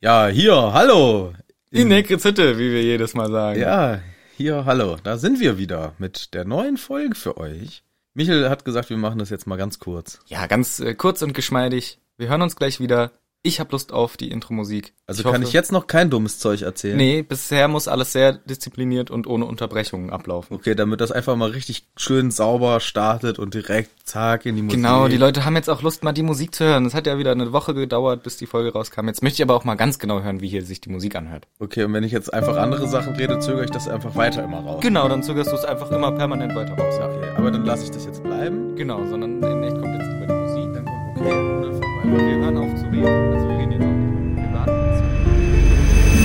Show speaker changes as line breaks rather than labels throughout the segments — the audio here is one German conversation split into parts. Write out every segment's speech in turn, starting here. Ja, hier, hallo.
Die Nekrizitte, wie wir jedes Mal sagen.
Mhm. Ja, hier, hallo. Da sind wir wieder mit der neuen Folge für euch. Michel hat gesagt, wir machen das jetzt mal ganz kurz.
Ja, ganz äh, kurz und geschmeidig. Wir hören uns gleich wieder. Ich hab Lust auf die Intro-Musik.
Also
Ich
kann
hoffe-
ich jetzt noch kein dummes Zeug erzählen.
Nee, bisher muss alles sehr diszipliniert und ohne Unterbrechungen ablaufen.
Okay, damit das einfach mal richtig schön sauber startet und direkt zack in die Musik.
Genau, die Leute haben jetzt auch Lust, mal die Musik zu hören. Es hat ja wieder eine Woche gedauert, bis die Folge rauskam. Jetzt möchte ich aber auch mal ganz genau hören, wie hier sich die Musik anhört.
Okay, und wenn ich jetzt einfach andere Sachen rede, zögere ich das einfach weiter immer raus.
Genau, dann zögerst du es einfach immer permanent weiter raus.
Ja, Okay, aber dann lasse ich das jetzt bleiben.
Genau, sondern in echt kommt jetzt über die Musik. Dann kommt
Okay, und dann vorbei.
wir hören auf zu reden. Also wir reden jetzt auch nicht mehr. Wir warten jetzt.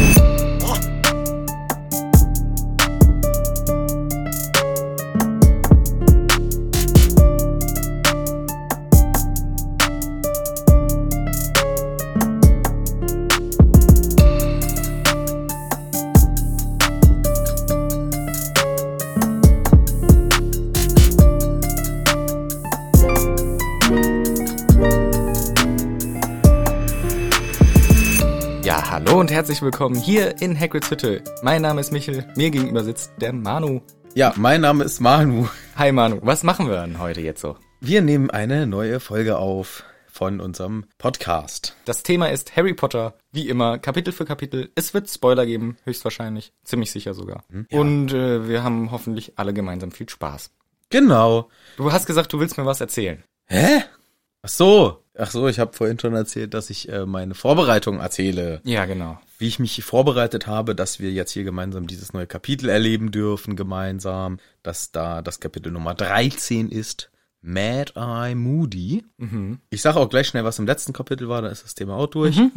Ja, hallo und herzlich willkommen hier in Hagrid's Hütte. Mein Name ist Michel, mir gegenüber sitzt der Manu.
Ja, mein Name ist Manu.
Hi Manu, was machen wir denn heute jetzt so?
Wir nehmen eine neue Folge auf von unserem Podcast.
Das Thema ist Harry Potter, wie immer, Kapitel für Kapitel. Es wird Spoiler geben, höchstwahrscheinlich, ziemlich sicher sogar. Und äh, wir haben hoffentlich alle gemeinsam viel Spaß.
Genau.
Du hast gesagt, du willst mir was erzählen.
Hä? Ach so. Ach so, ich habe vorhin schon erzählt, dass ich äh, meine Vorbereitung erzähle.
Ja, genau.
Wie ich mich vorbereitet habe, dass wir jetzt hier gemeinsam dieses neue Kapitel erleben dürfen, gemeinsam. Dass da das Kapitel Nummer 13 ist. Mad Eye Moody. Ich sage auch gleich schnell, was im letzten Kapitel war, dann ist das Thema auch durch. War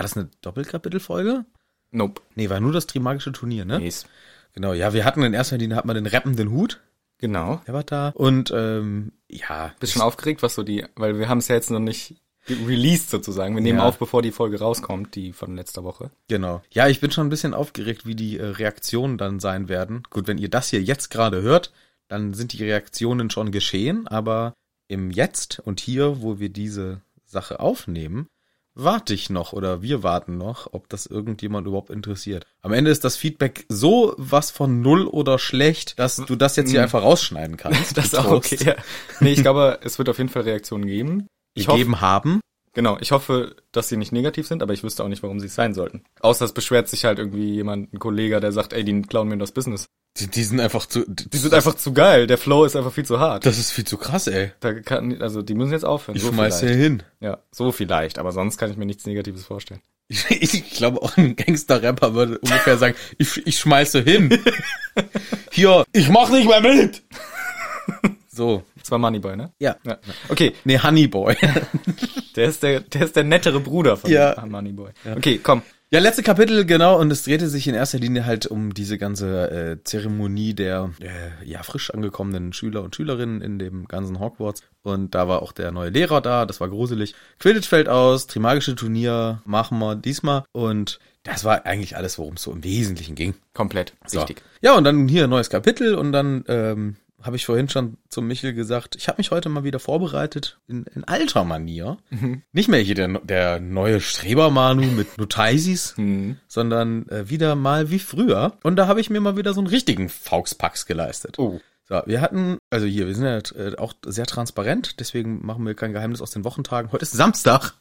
das eine Doppelkapitelfolge?
Nope.
Nee, war nur das Trimagische Turnier, ne?
Yes.
Genau, ja, wir hatten den ersten, den hat man den rappenden Hut.
Genau.
Der war da. Und ähm, ja,
Bist schon aufgeregt, was so die, weil wir haben es ja jetzt noch nicht ge- released sozusagen. Wir nehmen
Ja.
auf, bevor die Folge rauskommt, die von letzter Woche.
genau. Ja, ich bin schon ein bisschen aufgeregt, wie die äh, Reaktionen dann sein werden. Gut, wenn ihr das hier jetzt gerade hört, dann sind die Reaktionen schon geschehen, aber im Jetzt und hier, wo wir diese Sache aufnehmen, warte ich noch oder wir warten noch, ob das irgendjemand überhaupt interessiert. Am Ende ist das Feedback so was von null oder schlecht, dass du das jetzt hier einfach rausschneiden kannst.
Mm. Das ist auch
Getrost.
okay. Ja. Nee, ich glaube, es wird auf jeden Fall Reaktionen geben. Ich hoffe,
Gegeben haben.
genau, ich hoffe, dass sie nicht negativ sind, aber ich wüsste auch nicht, warum sie es sein sollten. Außer es beschwert sich halt irgendwie jemand, ein Kollege, der sagt, ey, die klauen mir das Business.
Die, die sind einfach zu. Die,
Die sind einfach zu geil, der Flow ist einfach viel zu hart.
Das ist viel zu krass, ey.
Da kann, also die müssen jetzt aufhören.
Ich
so
schmeiß hier
vielleicht.
hin.
Ja, so vielleicht, aber sonst kann ich mir nichts Negatives vorstellen.
Ich, ich glaube, auch ein Gangster-Rapper würde ungefähr sagen, ich, ich schmeiße hin. hier, ich mach nicht mehr mit. so.
Das war Moneyboy, ne?
Ja.
Ja. Okay,
Nee, Honeyboy.
Der ist der, der ist der nettere Bruder von Ah,
Ja.
Moneyboy. Okay, komm.
ja, letzte Kapitel, genau. Und es drehte sich in erster Linie halt um diese ganze äh, Zeremonie der äh, ja frisch angekommenen Schüler und Schülerinnen in dem ganzen Hogwarts. Und da war auch der neue Lehrer da. Das war gruselig. Quidditch fällt aus. Trimagische Turnier machen wir diesmal. Und das war eigentlich alles, worum es so im Wesentlichen ging.
Komplett.
So.
Richtig.
Ja, und dann hier ein neues Kapitel und dann ähm, habe ich vorhin schon zu Michel gesagt, ich habe mich heute mal wieder vorbereitet in, in alter Manier.
Mhm.
Nicht mehr hier der, der neue Streber-Manu mit Notaisis,
Mhm.
sondern äh, wieder mal wie früher. Und da habe ich mir mal wieder so einen richtigen Fauxpax geleistet.
Oh.
So, wir hatten, also hier, wir sind ja äh, auch sehr transparent, deswegen machen wir kein Geheimnis aus den Wochentagen. Heute ist Samstag.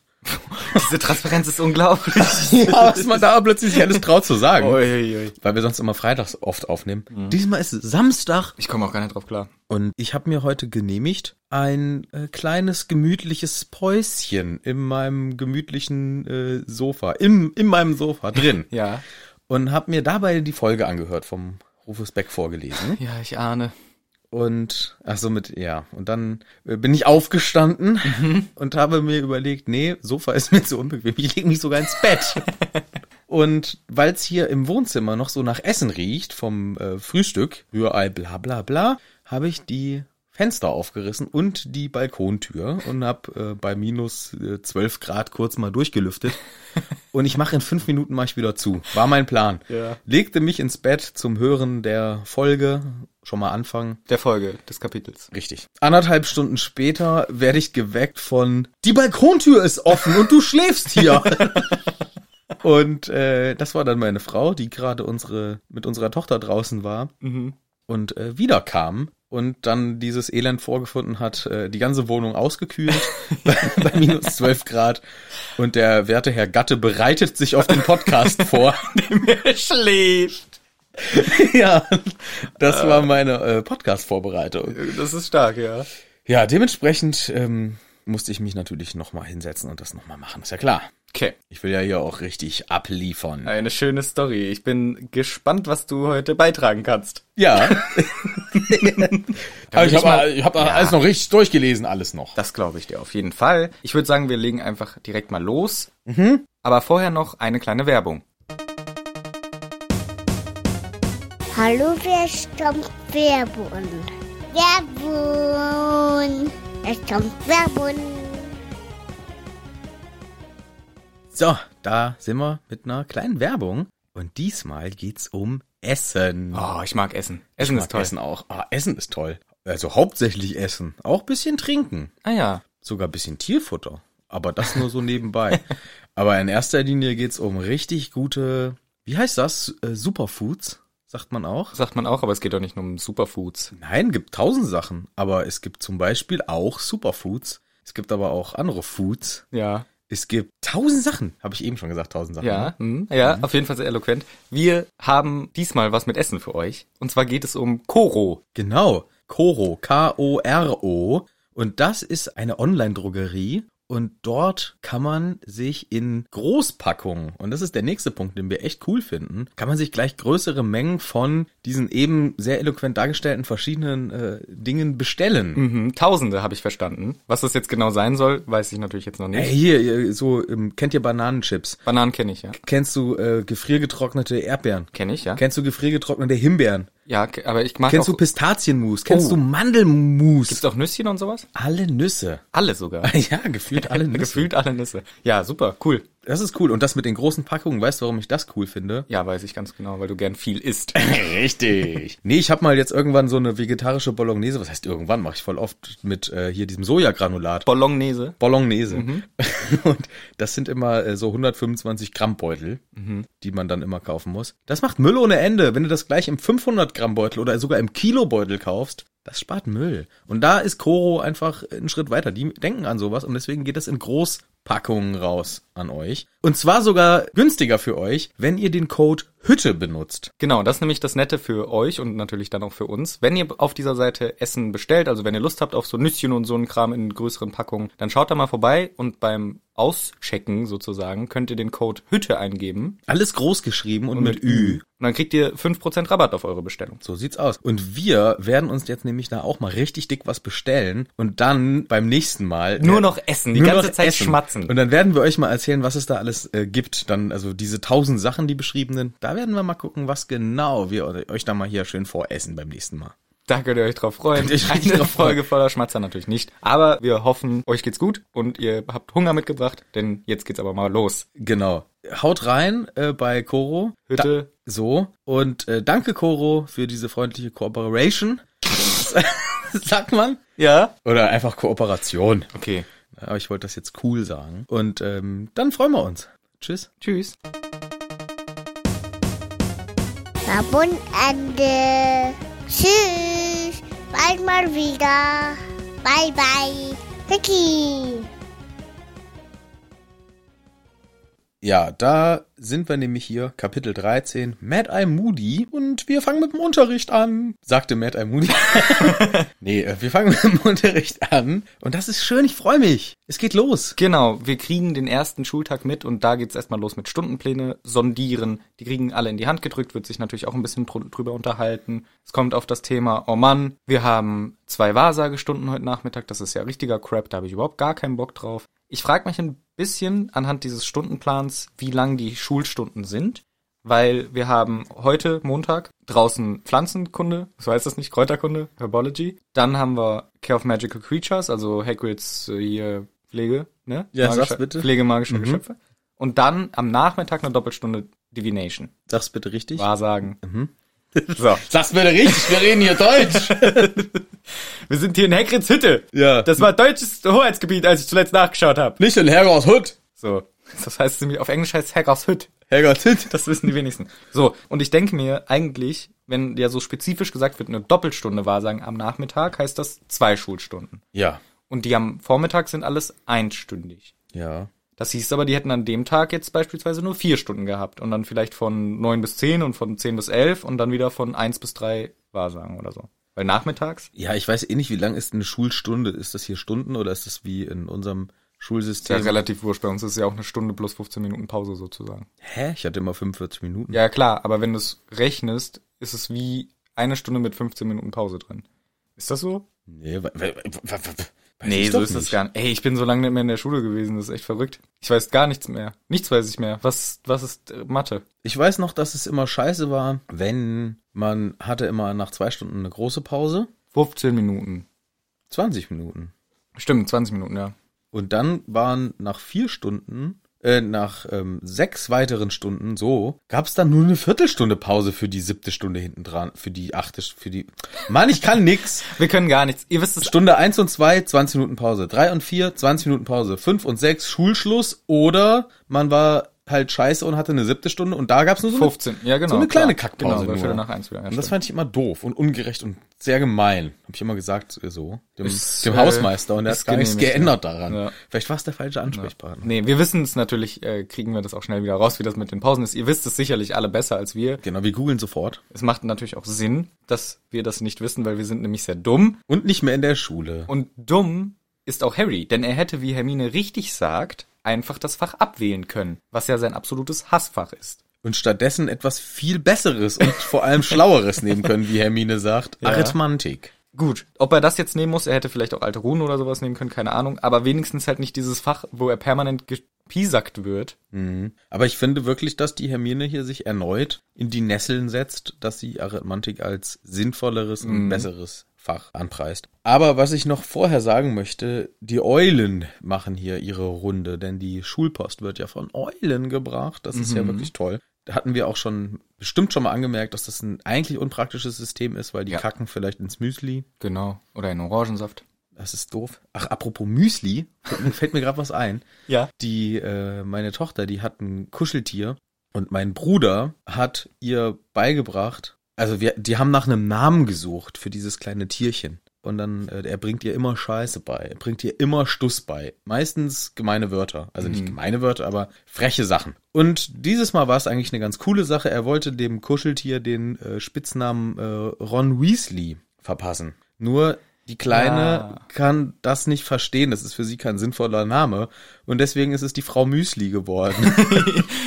Diese Transparenz ist unglaublich.
Was man da plötzlich sich alles traut zu sagen.
Uiuiui.
Weil wir sonst immer freitags oft aufnehmen.
Mhm.
Diesmal ist Samstag.
Ich komme auch gar nicht drauf klar.
Und ich habe mir heute genehmigt, ein äh, kleines gemütliches Päuschen in meinem gemütlichen äh, Sofa, im, in meinem Sofa drin.
Ja.
Und habe mir dabei die Folge angehört vom Rufus Beck vorgelesen.
Ja, ich ahne.
Und ach so mit ja und dann äh, bin ich aufgestanden und habe mir überlegt, nee, Sofa ist mir zu unbequem. Ich lege mich sogar ins Bett. und weil es hier im Wohnzimmer noch so nach Essen riecht vom äh, Frühstück, Rührei, bla bla bla, habe ich die Fenster aufgerissen und die Balkontür und habe äh, bei minus äh, 12 Grad kurz mal durchgelüftet. Und ich mache in fünf Minuten mache ich wieder zu. War mein Plan.
Ja.
Legte mich ins Bett zum Hören der Folge. Schon mal anfangen.
Der Folge des Kapitels.
Richtig. Anderthalb Stunden später werde ich geweckt von Die Balkontür ist offen und du schläfst hier. Und äh, das war dann meine Frau, die gerade unsere mit unserer Tochter draußen war
Mhm.
und äh, wiederkam und dann dieses Elend vorgefunden hat, äh, die ganze Wohnung ausgekühlt bei, bei minus 12 Grad und der werte Herr Gatte bereitet sich auf den Podcast vor.
Mir schläft.
ja, das war meine äh, Podcast-Vorbereitung.
Das ist stark, ja.
Ja, dementsprechend ähm, musste ich mich natürlich nochmal hinsetzen und das nochmal machen, ist ja klar.
Okay,
Ich will ja hier auch richtig abliefern.
eine schöne Story. Ich bin gespannt, was du heute beitragen kannst.
Ja. Aber ich
ich mal-
habe ich hab alles noch richtig durchgelesen, alles noch.
Das glaube ich dir auf jeden Fall. Ich würde sagen, wir legen einfach direkt mal los. Aber vorher noch eine kleine Werbung.
Hallo, wer stammt Werbun? Werbun! Es kommt Werbun!
So, da sind wir mit einer kleinen Werbung. Und diesmal geht's um Essen.
Oh, ich mag Essen. Essen
Mag
ist toll.
Essen auch. Ah, Essen ist toll. Also hauptsächlich Essen. Auch bisschen trinken.
Ah ja.
Sogar bisschen Tierfutter. Aber das nur so nebenbei. Aber in erster Linie geht's um richtig gute, wie heißt das? Äh, Superfoods, sagt man auch.
Sagt man auch, aber es geht doch nicht nur um Superfoods.
Nein, gibt tausend Sachen. Aber es gibt zum Beispiel auch Superfoods. Es gibt aber auch andere Foods.
Ja.
Es gibt tausend Sachen. Habe ich eben schon gesagt, tausend Sachen. ne?
Ja, hm, ja, auf jeden Fall sehr eloquent. Wir haben diesmal was mit Essen für euch. Und zwar geht es um Koro.
Genau, Koro, K-O-R-O. Und das ist eine Online-Drogerie. Und dort kann man sich in Großpackungen, und das ist der nächste Punkt, den wir echt cool finden, kann man sich gleich größere Mengen von diesen eben sehr eloquent dargestellten verschiedenen äh, Dingen bestellen.
Mhm, Tausende habe ich verstanden. Was das jetzt genau sein soll, weiß ich natürlich jetzt noch nicht.
Äh, hier, ihr- so, ähm, kennt ihr Bananenchips?
Bananen kenne ich, ja.
Kennst du äh, gefriergetrocknete Erdbeeren?
Kenne ich, ja.
Kennst du gefriergetrocknete Himbeeren?
ja, k- aber ich mag
Kennst du
auch...
Pistazienmus? Kennst
Oh.
du Mandelmus?
Gibt's auch Nüsschen und sowas?
alle Nüsse.
Alle sogar.
Ja, gefühlt alle Nüsse.
Gefühlt alle Nüsse. Ja, super, cool.
Das ist cool. Und das mit den großen Packungen, weißt du, warum ich das cool finde?
Ja, weiß ich ganz genau, weil du gern viel isst.
Richtig. Nee, ich habe mal jetzt irgendwann so eine vegetarische Bolognese, was heißt irgendwann, mache ich voll oft mit äh, hier diesem Sojagranulat.
Bolognese.
Bolognese. Und das sind immer äh, so 125 Gramm Beutel, die man dann immer kaufen muss. Das macht Müll ohne Ende. Wenn du das gleich im 500 Gramm Beutel oder sogar im Kilo Beutel kaufst, das spart Müll. Und da ist Koro einfach einen Schritt weiter. Die denken an sowas und deswegen geht das in Großpackungen raus an euch. Und zwar sogar günstiger für euch, wenn ihr den Code Hütte benutzt.
Genau, das ist nämlich das Nette für euch und natürlich dann auch für uns. Wenn ihr auf dieser Seite Essen bestellt, also wenn ihr Lust habt auf so Nüsschen und so einen Kram in größeren Packungen, dann schaut da mal vorbei und beim Auschecken sozusagen könnt ihr den Code Hütte eingeben
Alles groß geschrieben und, mit Ü.
und dann kriegt ihr 5% Rabatt auf eure Bestellung.
So sieht's aus. Und wir werden uns jetzt nämlich da auch mal richtig dick was bestellen und dann beim nächsten Mal
Nur noch essen, die
nur
ganze
noch
Zeit schmatzen.
Und dann werden wir euch mal erzählen, was es da alles äh, gibt. Dann also diese tausend Sachen, die beschrieben sind. Da werden wir mal gucken, was genau wir euch da mal hier schön voressen beim nächsten Mal.
Da könnt ihr euch drauf freuen.
Könnt ihr euch
Eine
richtig drauf freuen.
Folge voller Schmatzer natürlich nicht. Aber wir hoffen, euch geht's gut und ihr habt Hunger mitgebracht, denn jetzt geht's aber mal los.
Genau. Haut rein äh, bei Koro.
Hütte.
Da, so. Und äh, danke Koro für diese freundliche Kooperation. Sagt man?
Ja?
Oder einfach Kooperation.
Okay.
Aber ich wollte das jetzt cool sagen. Und ähm, dann freuen wir uns. Tschüss.
Tschüss.
Werbun Ende! Tschüss! Bald mal wieder! Bye bye! Vicky!
Ja, da sind wir nämlich hier, Kapitel 13, Mad Eye Moody und wir fangen mit dem Unterricht an, sagte Mad Eye Moody. nee, äh, wir fangen mit dem Unterricht an und das ist schön, ich freue mich. Es geht los.
Genau, wir kriegen den ersten Schultag mit und da geht's erstmal los mit Stundenpläne, sondieren. Die kriegen alle in die Hand gedrückt, wird sich natürlich auch ein bisschen dr- drüber unterhalten. Es kommt auf das Thema, oh Mann, wir haben zwei Wahrsagestunden heute Nachmittag, das ist ja richtiger Crap, da habe ich überhaupt gar keinen Bock drauf. Ich frage mich ein bisschen anhand dieses Stundenplans, wie lang die Schulstunden sind. Weil wir haben heute Montag draußen Pflanzenkunde, so heißt das nicht, Kräuterkunde, Herbology. Dann haben wir Care of Magical Creatures, also Hagrids äh, hier Pflege, ne?
Ja, sag's bitte. Mhm.
Pflege magischer Geschöpfe. Und dann am Nachmittag eine Doppelstunde Divination.
Sag's bitte richtig.
Wahrsagen.
Mhm. So. Sag's bitte richtig, wir reden hier Deutsch.
Wir sind hier in Hagrids Hütte.
Ja.
Das war deutsches Hoheitsgebiet, als ich zuletzt nachgeschaut habe.
Nicht in Herr aus Hut.
So. Das heißt nämlich, auf Englisch heißt Hackers Hüt.
Herrgott,
Das wissen die wenigsten. So, und ich denke mir eigentlich, wenn ja so spezifisch gesagt wird, eine Doppelstunde Wahrsagen am Nachmittag, heißt das zwei Schulstunden.
Ja.
Und die am Vormittag sind alles einstündig.
Ja.
Das hieß aber, die hätten an dem Tag jetzt beispielsweise nur vier Stunden gehabt und dann vielleicht von neun bis zehn und von zehn bis elf und dann wieder von eins bis drei Wahrsagen oder so. Weil nachmittags
Ja, ich weiß eh nicht, wie lang ist eine Schulstunde? Ist das hier Stunden oder ist das wie in unserem
ist ja
Schulsystem?
relativ wurscht. Bei uns ist ja auch eine Stunde plus 15 Minuten Pause sozusagen.
Hä? Ich hatte immer 45 Minuten.
Ja, klar, aber wenn du es rechnest, ist es wie eine Stunde mit 15 Minuten Pause drin. Ist das so?
Nee, wa- wa- wa- wa- wa- weiß
Nee,
ich
so
doch
ist das
nicht.
gar nicht. Ey, ich bin so lange nicht mehr in der Schule gewesen, das ist echt verrückt. Ich weiß gar nichts mehr. Nichts weiß ich mehr. Was, was ist äh, Mathe?
Ich weiß noch, dass es immer scheiße war, wenn man hatte immer nach zwei Stunden eine große Pause,
15 Minuten.
20 Minuten.
Stimmt, 20 Minuten, ja.
Und dann waren nach vier Stunden, äh, nach ähm, sechs weiteren Stunden so, gab es dann nur eine Viertelstunde Pause für die siebte Stunde hinten dran, für die achte, für die. Mann, ich kann nix.
Wir können gar nichts. Ihr wisst es.
Stunde eins und zwei, 20 Minuten Pause. drei und vier, 20 Minuten Pause. fünf und sechs, Schulschluss. Oder man war halt scheiße und hatte eine siebte Stunde und da gab es nur so eine
15, ja genau.
so eine kleine
klar.
Kackpause
Genau,
nur.
bei Viertel nach eins wieder. Ja,
Und das
stimmt.
fand ich immer doof und ungerecht und sehr gemein. Hab ich immer gesagt, äh, so. Dem,
Ist,
dem
äh,
Hausmeister. Und der
ist
hat gar nichts
genehmigt,
geändert daran.
Ja.
Vielleicht war es der falsche Ansprechpartner.
nee, wir wissen es natürlich, äh, kriegen wir das auch schnell wieder raus, wie das mit den Pausen ist. Ihr wisst es sicherlich alle besser als wir.
Genau, wir googeln sofort.
Es macht natürlich auch Sinn, dass wir das nicht wissen, weil wir sind nämlich sehr dumm.
Und nicht mehr in der Schule.
Und dumm ist auch Harry, denn er hätte, wie Hermine richtig sagt, einfach das Fach abwählen können, was ja sein absolutes Hassfach ist.
Und stattdessen etwas viel Besseres und vor allem Schlaueres nehmen können, wie Hermine sagt. Arithmantik.
Gut, ob er das jetzt nehmen muss, er hätte vielleicht auch alte Runen oder sowas nehmen können, keine Ahnung, aber wenigstens halt nicht dieses Fach, wo er permanent gepiesackt wird.
Aber ich finde wirklich, dass die Hermine hier sich erneut in die Nesseln setzt, dass sie Arithmantik als sinnvolleres
Mhm.
und besseres Fach anpreist. Aber was ich noch vorher sagen möchte, die Eulen machen hier ihre Runde, denn die Schulpost wird ja von Eulen gebracht. Das
Mhm.
ist ja wirklich toll. Da hatten wir auch schon bestimmt schon mal angemerkt, dass das ein eigentlich unpraktisches System ist, weil die
Ja.
kacken vielleicht ins Müsli.
Genau, oder in Orangensaft.
Das ist doof. Ach, apropos Müsli, fällt mir- fällt mir gerade was ein
Ja.
die äh, meine Tochter, die hat ein Kuscheltier und mein Bruder hat ihr beigebracht, also wir, die haben nach einem Namen gesucht für dieses kleine Tierchen. Und dann, äh, er bringt ihr immer Scheiße bei, er bringt ihr immer Stuss bei. Meistens gemeine Wörter. Also nicht gemeine Wörter, aber freche Sachen. Und dieses Mal war es eigentlich eine ganz coole Sache. Er wollte dem Kuscheltier den äh, Spitznamen äh, Ron Weasley verpassen. Nur die Kleine
Ah.
kann das nicht verstehen. Das ist für sie kein sinnvoller Name. Und deswegen ist es die Frau Müsli geworden.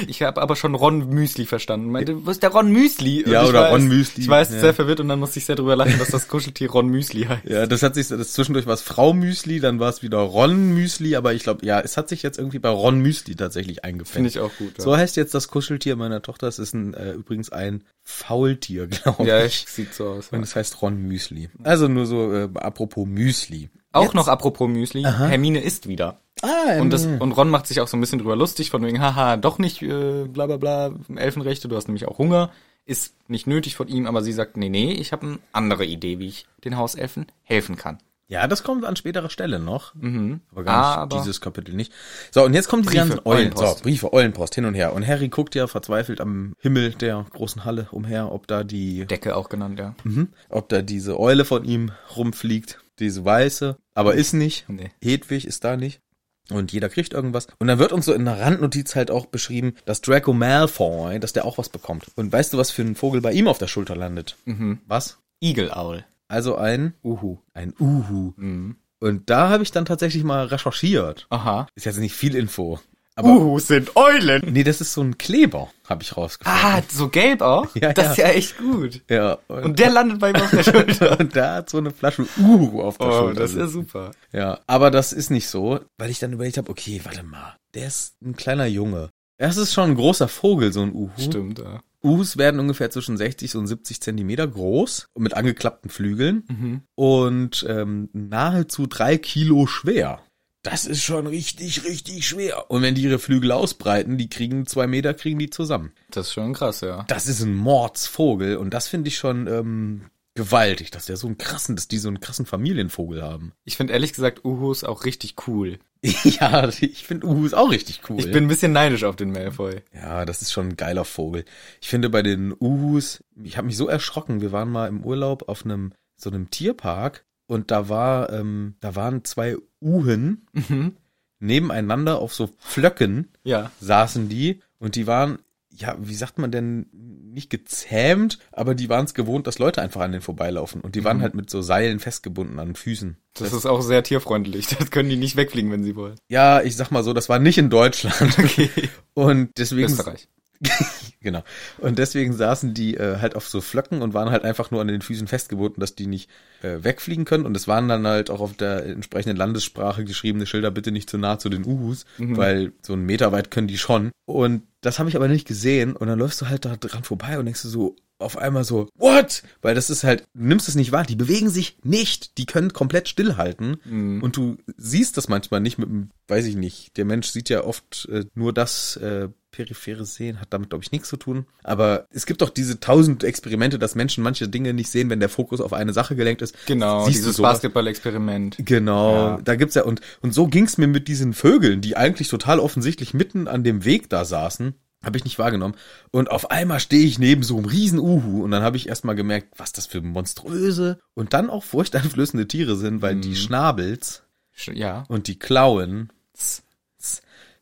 Ich habe aber schon Ron Müsli verstanden. Meinte, wo ist der Ron Müsli? Und
Ja,
ich
oder
weiß-
Ron Müsli,
Ich weiß,
ja.
sehr verwirrt und dann musste ich sehr drüber lachen, dass das Kuscheltier Ron Müsli heißt.
ja, das hat sich, das zwischendurch war es Frau Müsli, dann war es wieder Ron Müsli, aber ich glaube, ja, es hat sich jetzt irgendwie bei Ron Müsli tatsächlich eingefängt.
Finde ich auch gut. Ja,
So heißt jetzt das Kuscheltier meiner Tochter. Es ist ein, äh, übrigens ein Faultier, glaube
ja
ich.
sieht so aus. ja.
Und es heißt Ron Müsli. Also nur so, äh, apropos Müsli.
Auch noch apropos Müsli, Hermine isst wieder.
Ah, ähm,
Und, das, und Ron macht sich auch so ein bisschen drüber lustig, von wegen, haha, doch nicht, äh, bla bla bla, Elfenrechte, du hast nämlich auch Hunger. Ist nicht nötig von ihm, aber sie sagt, nee, nee, ich habe eine andere Idee, wie ich den Hauselfen helfen kann.
Ja, das kommt an späterer Stelle noch. Aber gar
Ah,
nicht
aber-
dieses Kapitel nicht. So, und jetzt kommen die
Briefe,
ganzen Eulen.
Eulenpost.
So, Briefe, Eulenpost, hin und her. Und Harry guckt ja verzweifelt am Himmel der großen Halle umher, ob da die,
Decke auch genannt, ja.
mhm, ob da diese Eule von ihm rumfliegt. Diese weiße. Aber ist nicht.
Nee.
Hedwig ist da nicht. Und jeder kriegt irgendwas. Und dann wird uns so in einer Randnotiz halt auch beschrieben, dass Draco Malfoy, dass der auch was bekommt. Und weißt du, was für ein Vogel bei ihm auf der Schulter landet?
Mhm.
Was?
Eagle Owl.
Also ein Uhu. Ein Uhu. Und da habe ich dann tatsächlich mal recherchiert.
Mhm. Aha.
Ist jetzt nicht viel Info. Aber
Uhus sind Eulen.
nee, das ist so ein Kleber, habe ich rausgefunden.
Ah, so gelb auch?
Ja,
das ist
ja.
ja echt gut.
Ja,
Und der landet bei mir auf der Schulter.
und da hat so eine Flasche Uhu auf
Oh,
der Schulter. sitzen.
super.
Ja, aber das ist nicht so, weil ich dann überlegt habe, okay, warte mal, der ist ein kleiner Junge. Das ist schon ein großer Vogel, so ein Uhu.
Stimmt, ja.
Uhus werden ungefähr zwischen 60 und 70 Zentimeter groß und mit angeklappten Flügeln und ähm, nahezu drei Kilo schwer. Das ist schon richtig, richtig schwer. Und wenn die ihre Flügel ausbreiten, die kriegen zwei Meter, kriegen die zusammen.
Das ist schon krass, ja.
Das ist ein Mordsvogel und das finde ich schon ähm, gewaltig, dass der so einen krassen, dass die so einen krassen Familienvogel haben.
Ich finde ehrlich gesagt Uhus auch richtig cool.
ja, ich finde Uhus auch richtig cool.
Ich bin ein bisschen neidisch auf den Malfoy.
Ja, das ist schon ein geiler Vogel. Ich finde bei den Uhus, ich habe mich so erschrocken. Wir waren mal im Urlaub auf einem so einem Tierpark und da war, ähm, da waren zwei Uhen
Mhm.
nebeneinander auf so Pflöcken
Ja.
saßen die und die waren ja, wie sagt man denn, nicht gezähmt, aber die waren es gewohnt, dass Leute einfach an denen vorbeilaufen. Und die
Mhm.
waren halt mit so Seilen festgebunden an Füßen.
Das ist auch sehr tierfreundlich. Das können die nicht wegfliegen, wenn sie wollen.
Ja, ich sag mal so, das war nicht in Deutschland.
Okay.
Und deswegen.
Österreich.
genau. Und deswegen saßen die äh, halt auf so Flöcken und waren halt einfach nur an den Füßen festgebunden, dass die nicht äh, wegfliegen können. Und es waren dann halt auch auf der entsprechenden Landessprache geschriebene Schilder, bitte nicht zu nah zu den Uhus, weil so einen Meter weit können die schon. Und das habe ich aber nicht gesehen. Und dann läufst du halt da dran vorbei und denkst du so, auf einmal so, what? Weil das ist halt, du nimmst es nicht wahr, die bewegen sich nicht, die können komplett stillhalten und du siehst das manchmal nicht mit dem, weiß ich nicht, der Mensch sieht ja oft äh, nur das äh, periphere Sehen, hat damit glaube ich nichts zu tun, aber es gibt doch diese tausend Experimente, dass Menschen manche Dinge nicht sehen, wenn der Fokus auf eine Sache gelenkt ist.
Genau,
Siehst
dieses
du sowas?
Basketball-Experiment.
Genau,
Ja.
da gibt's ja und und so ging's mir mit diesen Vögeln, die eigentlich total offensichtlich mitten an dem Weg da saßen, habe ich nicht wahrgenommen und auf einmal stehe ich neben so einem riesen Uhu und dann habe ich erstmal gemerkt, was das für monströse und dann auch furchteinflößende Tiere sind, weil
Mhm.
die Schnabels
Sch- Ja.
und die Klauen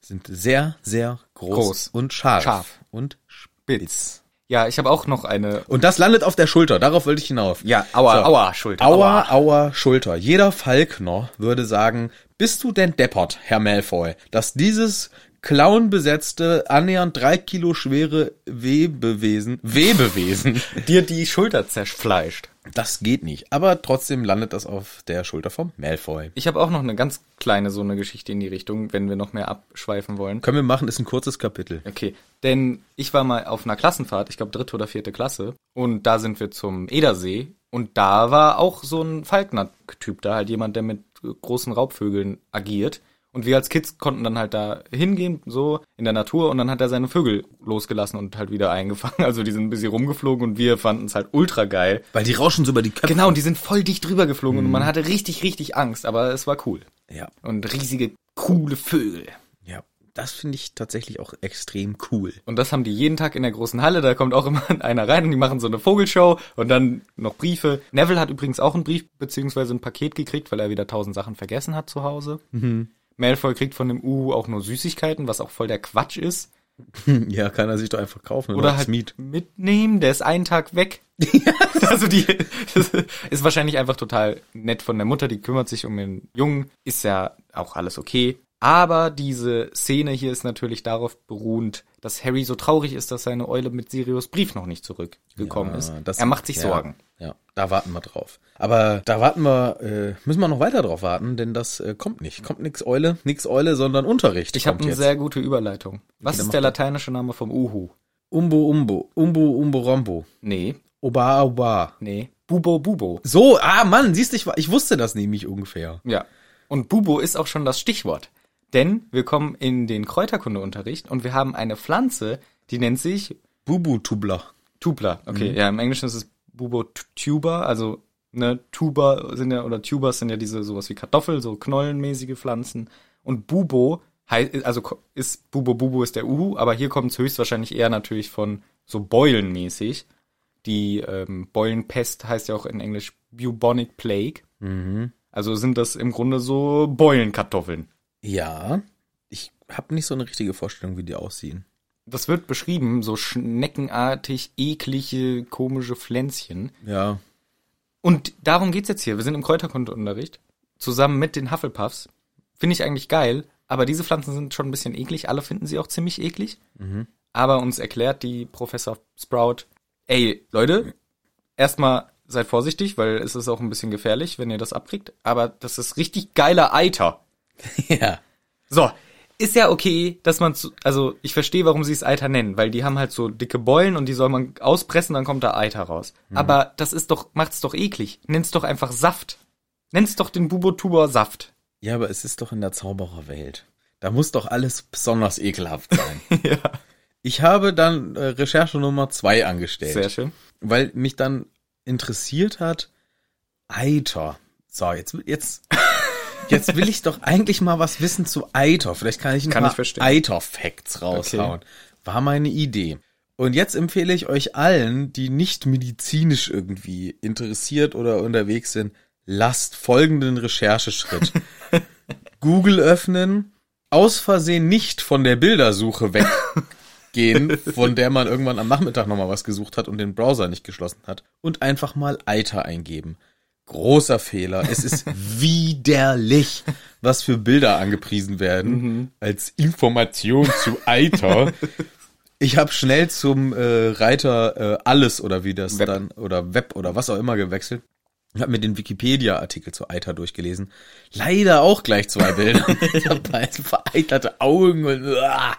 sind sehr sehr groß,
Groß.
und scharf,
Scharf.
und
Spitz. Ja, ich habe auch noch eine.
und das landet auf der Schulter, darauf wollte ich hinauf.
Ja, aua,
So.
aua, Schulter.
Aua, aua, Schulter. Jeder Falkner würde sagen, bist du denn deppert, Herr Malfoy, dass dieses clownbesetzte, annähernd drei Kilo schwere Webewesen, Webewesen,
Dir die Schulter zerfleischt.
das geht nicht. Aber trotzdem landet das auf der Schulter vom Malfoy.
Ich habe auch noch eine ganz kleine so eine Geschichte in die Richtung, wenn wir noch mehr abschweifen wollen.
Können wir machen, ist ein kurzes Kapitel.
Okay, denn ich war mal auf einer Klassenfahrt, ich glaube dritte oder vierte Klasse, und da sind wir zum Edersee und da war auch so ein Falkner-Typ da, halt jemand, der mit äh, großen Raubvögeln agiert. Und wir als Kids konnten dann halt da hingehen, so in der Natur, und dann hat er seine Vögel losgelassen und halt wieder eingefangen. Also die sind ein bisschen rumgeflogen und wir fanden es halt ultra geil.
Weil die rauschen so über die Köpfe.
Genau, und die sind voll dicht drüber geflogen und man hatte richtig, richtig Angst, aber es war cool.
Ja,
Und riesige, coole Vögel.
ja. Das finde ich tatsächlich auch extrem cool.
Und das haben die jeden Tag in der großen Halle. Da kommt auch immer einer rein und die machen so eine Vogelshow und dann noch Briefe. Neville hat übrigens auch einen Brief beziehungsweise ein Paket gekriegt, weil er wieder tausend Sachen vergessen hat zu Hause. Malfoy kriegt von dem Uhu auch nur Süßigkeiten, was auch voll der Quatsch ist.
Ja, kann er sich doch einfach kaufen.
Oder halt
Miet.
mitnehmen, der ist einen Tag weg. also die das ist wahrscheinlich einfach total nett von der Mutter, die kümmert sich um den Jungen, ist ja auch alles okay. Aber diese Szene hier ist natürlich darauf beruhend, dass Harry so traurig ist, dass seine Eule mit Sirius Brief noch nicht zurückgekommen
Ja,
ist.
das-
er macht sich
ja,
Sorgen.
Ja, da warten wir drauf. Aber da warten wir, äh, müssen wir noch weiter drauf warten, denn das äh, kommt nicht. Kommt nix Eule, nix Eule, sondern Unterricht.
Ich habe
kommt
eine
jetzt.
sehr gute Überleitung. Was
dann
ist
mach
der
doch.
lateinische Name vom Uhu?
Umbo, Umbo, Umbo, Umbo, Rombo.
Nee,
Oba, Oba.
nee. Bubo Bubo.
So, ah Mann, siehst du, ich, war- ich wusste das nämlich ungefähr.
Ja. Und Bubo ist auch schon das Stichwort. Denn wir kommen in den Kräuterkundeunterricht und wir haben eine Pflanze, die nennt sich
Bubu-Tubler.
Tubla. Okay, ja, im Englischen ist es Bubo t- tuber, also ne, Tuber sind ja, oder Tubers sind ja diese sowas wie Kartoffel, so knollenmäßige Pflanzen. Und Bubo, hei- also ko- ist Bubo Bubo ist der Uhu, aber hier kommt es höchstwahrscheinlich eher natürlich von so Beulenmäßig. Die ähm, Beulenpest heißt ja auch in Englisch Bubonic Plague. Also sind das im Grunde so Beulenkartoffeln.
Ja, ich habe nicht so eine richtige Vorstellung, wie die aussehen.
Das wird beschrieben, so schneckenartig, eklige, komische Pflänzchen.
Ja,
Und darum geht's jetzt hier. Wir sind im Kräuterkundeunterricht zusammen mit den Hufflepuffs. Finde ich eigentlich geil, aber diese Pflanzen sind schon ein bisschen eklig. Alle finden sie auch ziemlich eklig. Aber uns erklärt die Professor Sprout, ey, Leute, erstmal seid vorsichtig, weil es ist auch ein bisschen gefährlich, wenn ihr das abkriegt. Aber das ist richtig geiler Eiter.
ja.
So, ist ja okay, dass man zu, also ich verstehe, warum sie es Eiter nennen, weil die haben halt so dicke Beulen und die soll man auspressen, dann kommt da Eiter raus. Aber das ist doch, macht's doch eklig. Nenn's doch einfach Saft. Nenn's doch den Bubotuber Saft.
Ja, aber es ist doch in der Zaubererwelt. Da muss doch alles besonders ekelhaft sein.
ja,
ich habe dann äh, Recherche Nummer zwei angestellt.
sehr schön.
weil mich dann interessiert hat. Eiter. So, jetzt, jetzt, jetzt will ich doch eigentlich mal was wissen zu Eiter. Vielleicht kann ich ein
Kann
paar
ich verstehen.
Eiter-Facts raushauen. War meine Idee. Und jetzt empfehle ich euch allen, die nicht medizinisch irgendwie interessiert oder unterwegs sind, lasst folgenden Rechercheschritt. Google öffnen, aus Versehen nicht von der Bildersuche weggehen, von der man irgendwann am Nachmittag nochmal was gesucht hat und den Browser nicht geschlossen hat, und einfach mal Eiter eingeben. Großer Fehler. Es ist widerlich, was für Bilder angepriesen werden als Information zu Eiter. Ich habe schnell zum äh, Reiter äh, alles oder wie das
Web.
dann oder Web oder was auch immer gewechselt. Ich habe mir den Wikipedia-Artikel zu Eiter durchgelesen. Leider auch gleich zwei Bilder dabei. Vereiterte Augen und uah.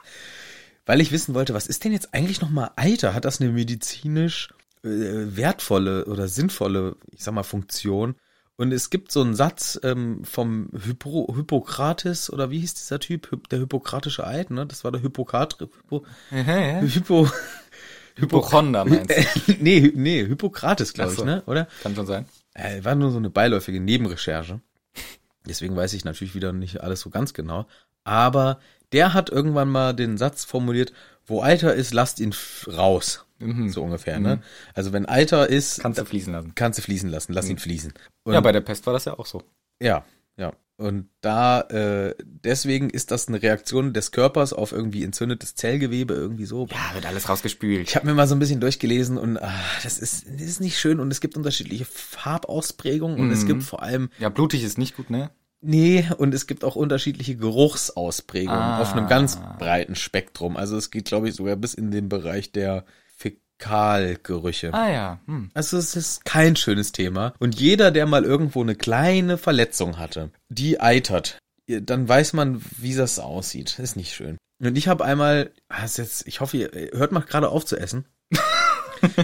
weil ich wissen wollte, was ist denn jetzt eigentlich nochmal Eiter? Hat das eine medizinisch äh, wertvolle oder sinnvolle, ich sag mal, Funktion? Und es gibt so einen Satz ähm, vom Hypo, Hippokrates oder wie hieß dieser Typ? Hy- Der hippokratische Eid, ne? Das war der Hippokrat, Hypo, Hypo,
Hypochonder meinst du?
nee, Hy- nee, Hippokrates, glaube
Ach so.
ich, ne? Oder?
Kann schon sein.
Äh, war nur so eine beiläufige Nebenrecherche. Deswegen weiß ich natürlich wieder nicht alles so ganz genau. Aber der hat irgendwann mal den Satz formuliert, wo Alter ist, lasst ihn f- raus.
Mhm.
So ungefähr, ne? Also wenn Alter ist,
Kannst du fließen lassen.
kannst du fließen lassen, lass ihn fließen. Und
Mhm. Ja, bei der Pest war das ja auch so.
ja, ja. Und da, äh, deswegen ist das eine Reaktion des Körpers auf irgendwie entzündetes Zellgewebe, irgendwie so.
Ja, wird alles rausgespült.
Ich habe mir mal so ein bisschen durchgelesen und ah, das, ist, das ist nicht schön und es gibt unterschiedliche Farbausprägungen und
Mhm.
es gibt vor allem
Ja, blutig ist nicht gut, ne?
Nee, und es gibt auch unterschiedliche Geruchsausprägungen
Ah.
auf einem ganz breiten Spektrum. Also es geht, glaube ich, sogar bis in den Bereich der Fäkalgerüche.
Ah ja. Hm.
Also es ist kein schönes Thema. Und jeder, der mal irgendwo eine kleine Verletzung hatte, die eitert, dann weiß man, wie das aussieht. Ist nicht schön. Und ich habe einmal, ah, ist jetzt, ich hoffe, ihr hört mal gerade auf zu essen.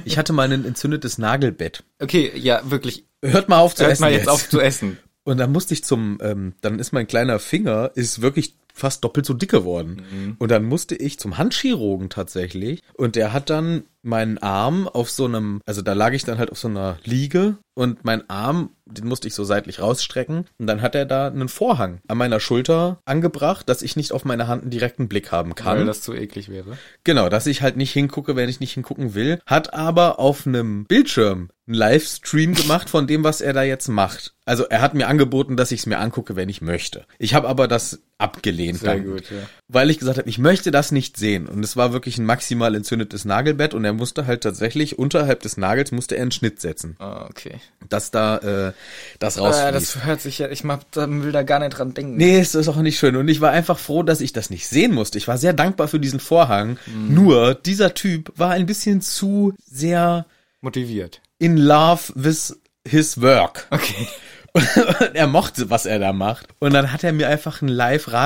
Ich hatte mal ein entzündetes Nagelbett.
Okay, ja, wirklich.
Hört mal auf zu
Hört
essen.
mal jetzt auf zu essen.
Und dann musste ich zum, ähm, dann ist mein kleiner Finger ist wirklich fast doppelt so dick geworden. Und dann musste ich zum Handchirurgen tatsächlich. Und der hat dann meinen Arm auf so einem, also da lag ich dann halt auf so einer Liege und mein Arm, den musste ich so seitlich rausstrecken. Und dann hat er da einen Vorhang an meiner Schulter angebracht, dass ich nicht auf meine Hand einen direkten Blick haben kann.
Weil das zu eklig wäre.
Genau, dass ich halt nicht hingucke, wenn ich nicht hingucken will, hat aber auf einem Bildschirm einen Livestream gemacht von dem, was er da jetzt macht. Also er hat mir angeboten, dass ich es mir angucke, wenn ich möchte. Ich habe aber das abgelehnt,
Sehr
dann,
gut, ja.
weil ich gesagt habe, ich möchte das nicht sehen. Und es war wirklich ein maximal entzündetes Nagelbett und er musste halt tatsächlich unterhalb des Nagels musste er einen Schnitt setzen,
Ah, okay.
dass da äh, das rausfließt.
Ah, das hört sich ja, ich mach, da will da gar nicht dran denken.
Nee, es ist auch nicht schön. Und ich war einfach froh, dass ich das nicht sehen musste. Ich war sehr dankbar für diesen Vorhang. Nur, dieser Typ war ein bisschen zu sehr
Motiviert.
in love with his work.
Okay.
Und er mochte, was er da macht. Und dann hat er mir einfach einen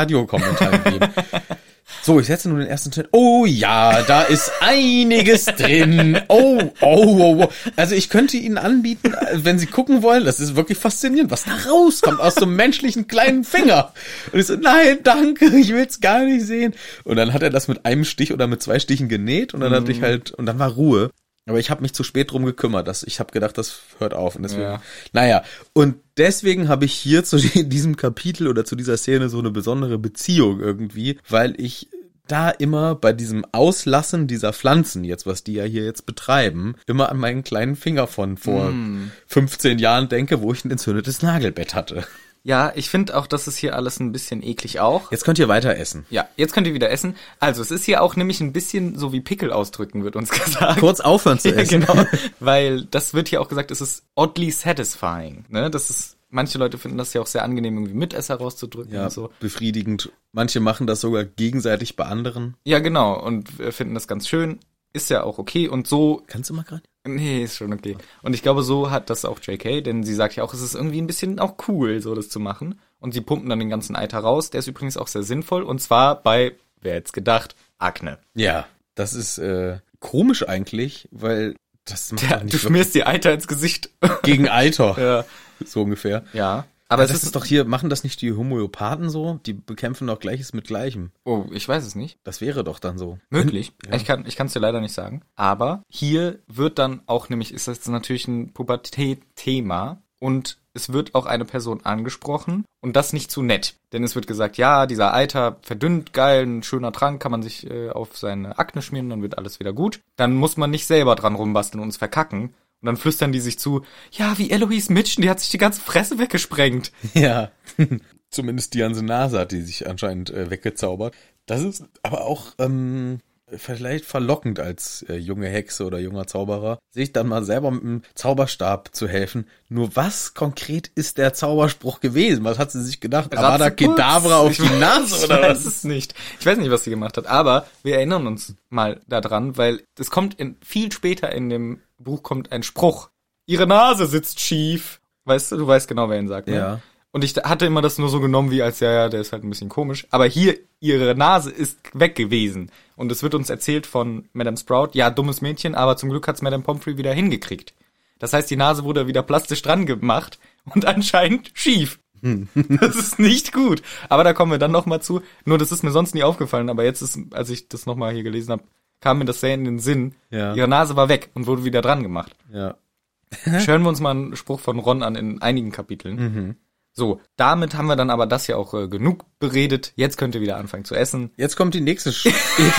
Live-Radio-Kommentar gegeben. So, ich setze nun den ersten Schnitt. Oh ja, da ist einiges drin. Oh, oh, oh, oh. Also ich könnte Ihnen anbieten, äh, wenn Sie gucken wollen, das ist wirklich faszinierend, was da rauskommt aus so einem menschlichen kleinen Finger. Und ich so, nein, danke, ich will's gar nicht sehen. Und dann hat er das mit einem Stich oder mit zwei Stichen genäht und dann hatte ich halt, und dann war Ruhe. Aber ich habe mich zu spät drum gekümmert. Das, ich habe gedacht, das hört auf. Und deswegen,
Ja.
naja, und deswegen habe ich hier zu diesem Kapitel oder zu dieser Szene so eine besondere Beziehung irgendwie, weil ich da immer bei diesem Auslassen dieser Pflanzen jetzt, was die ja hier jetzt betreiben, immer an meinen kleinen Finger von vor
Hm.
15 Jahren denke, wo ich ein entzündetes Nagelbett hatte.
Ja, ich finde auch, das ist hier alles ein bisschen eklig auch.
Jetzt könnt ihr weiter essen.
Ja, jetzt könnt ihr wieder essen. Also, es ist hier auch nämlich ein bisschen so wie Pickel ausdrücken, wird uns gesagt.
Kurz aufhören zu
Ja,
essen.
genau. Weil das wird hier auch gesagt, es ist oddly satisfying. Ne? Das ist, manche Leute finden das ja auch sehr angenehm, irgendwie Mitesser rauszudrücken
Ja,
und so.
befriedigend. Manche machen das sogar gegenseitig bei anderen.
Ja, genau. Und äh, finden das ganz schön. Ist ja auch okay. Und so,
Kannst du mal gerade?
nee, ist schon okay. Und ich glaube, so hat das auch JK, denn sie sagt ja auch, es ist irgendwie ein bisschen auch cool, so das zu machen. Und sie pumpen dann den ganzen Eiter raus. Der ist übrigens auch sehr sinnvoll. Und zwar bei, wer hätte gedacht, Akne.
Ja, das ist äh, komisch eigentlich, weil das macht
Ja,
man
du
nicht wirklich
schmierst die Eiter ins Gesicht.
gegen Alter,
ja.
so ungefähr.
ja. Aber
Das,
es ist,
ist doch hier, machen das nicht die Homöopathen so? Die bekämpfen doch Gleiches mit Gleichem.
oh, ich weiß es nicht.
Das wäre doch dann so.
Möglich. Ich kann ich kann es dir leider nicht sagen. Aber hier wird dann auch nämlich, ist das natürlich ein Pubertät-Thema und es wird auch eine Person angesprochen und das nicht zu nett. Denn es wird gesagt, ja, dieser Eiter verdünnt, geil, ein schöner Trank, kann man sich äh, auf seine Akne schmieren, dann wird alles wieder gut. Dann muss man nicht selber dran rumbasteln und es verkacken. Und dann flüstern die sich zu, ja, wie Eloise Mitchen, die hat sich die ganze Fresse weggesprengt.
Ja. Zumindest die ganze Nase hat die sich anscheinend äh, weggezaubert. Das ist aber auch ähm, vielleicht verlockend als äh, junge Hexe oder junger Zauberer, sich dann mal selber mit einem Zauberstab zu helfen. Nur was konkret ist der Zauberspruch gewesen? Was hat sie sich gedacht? Avada
Ratzeputz.
Kedavra auf
Ich
die Nase oder
Ich weiß
was?
es nicht. Ich weiß nicht, was sie gemacht hat, aber wir erinnern uns mal daran, weil es kommt in, viel später in dem Buch kommt ein Spruch. Ihre Nase sitzt schief. Weißt du, du weißt genau, wer ihn sagt. Ne?
Ja.
Und ich hatte immer das nur so genommen, wie als, ja, ja, der ist halt ein bisschen komisch. Aber hier, ihre Nase ist weg gewesen. Und es wird uns erzählt von Madame Sprout, ja, dummes Mädchen, aber zum Glück hat's Madame Pomfrey wieder hingekriegt. Das heißt, die Nase wurde wieder plastisch dran gemacht und anscheinend schief. Das ist nicht gut. Aber da kommen wir dann nochmal zu. Nur das ist mir sonst nie aufgefallen, aber jetzt ist, als ich das nochmal hier gelesen habe, kam mir das sehr in den Sinn.
Ja.
Ihre Nase war weg und wurde wieder dran gemacht.
Ja.
Schauen wir uns mal einen Spruch von Ron an in einigen Kapiteln. So, damit haben wir dann aber das ja auch äh, genug beredet. Jetzt könnt ihr wieder anfangen zu essen.
Jetzt kommt die nächste Sch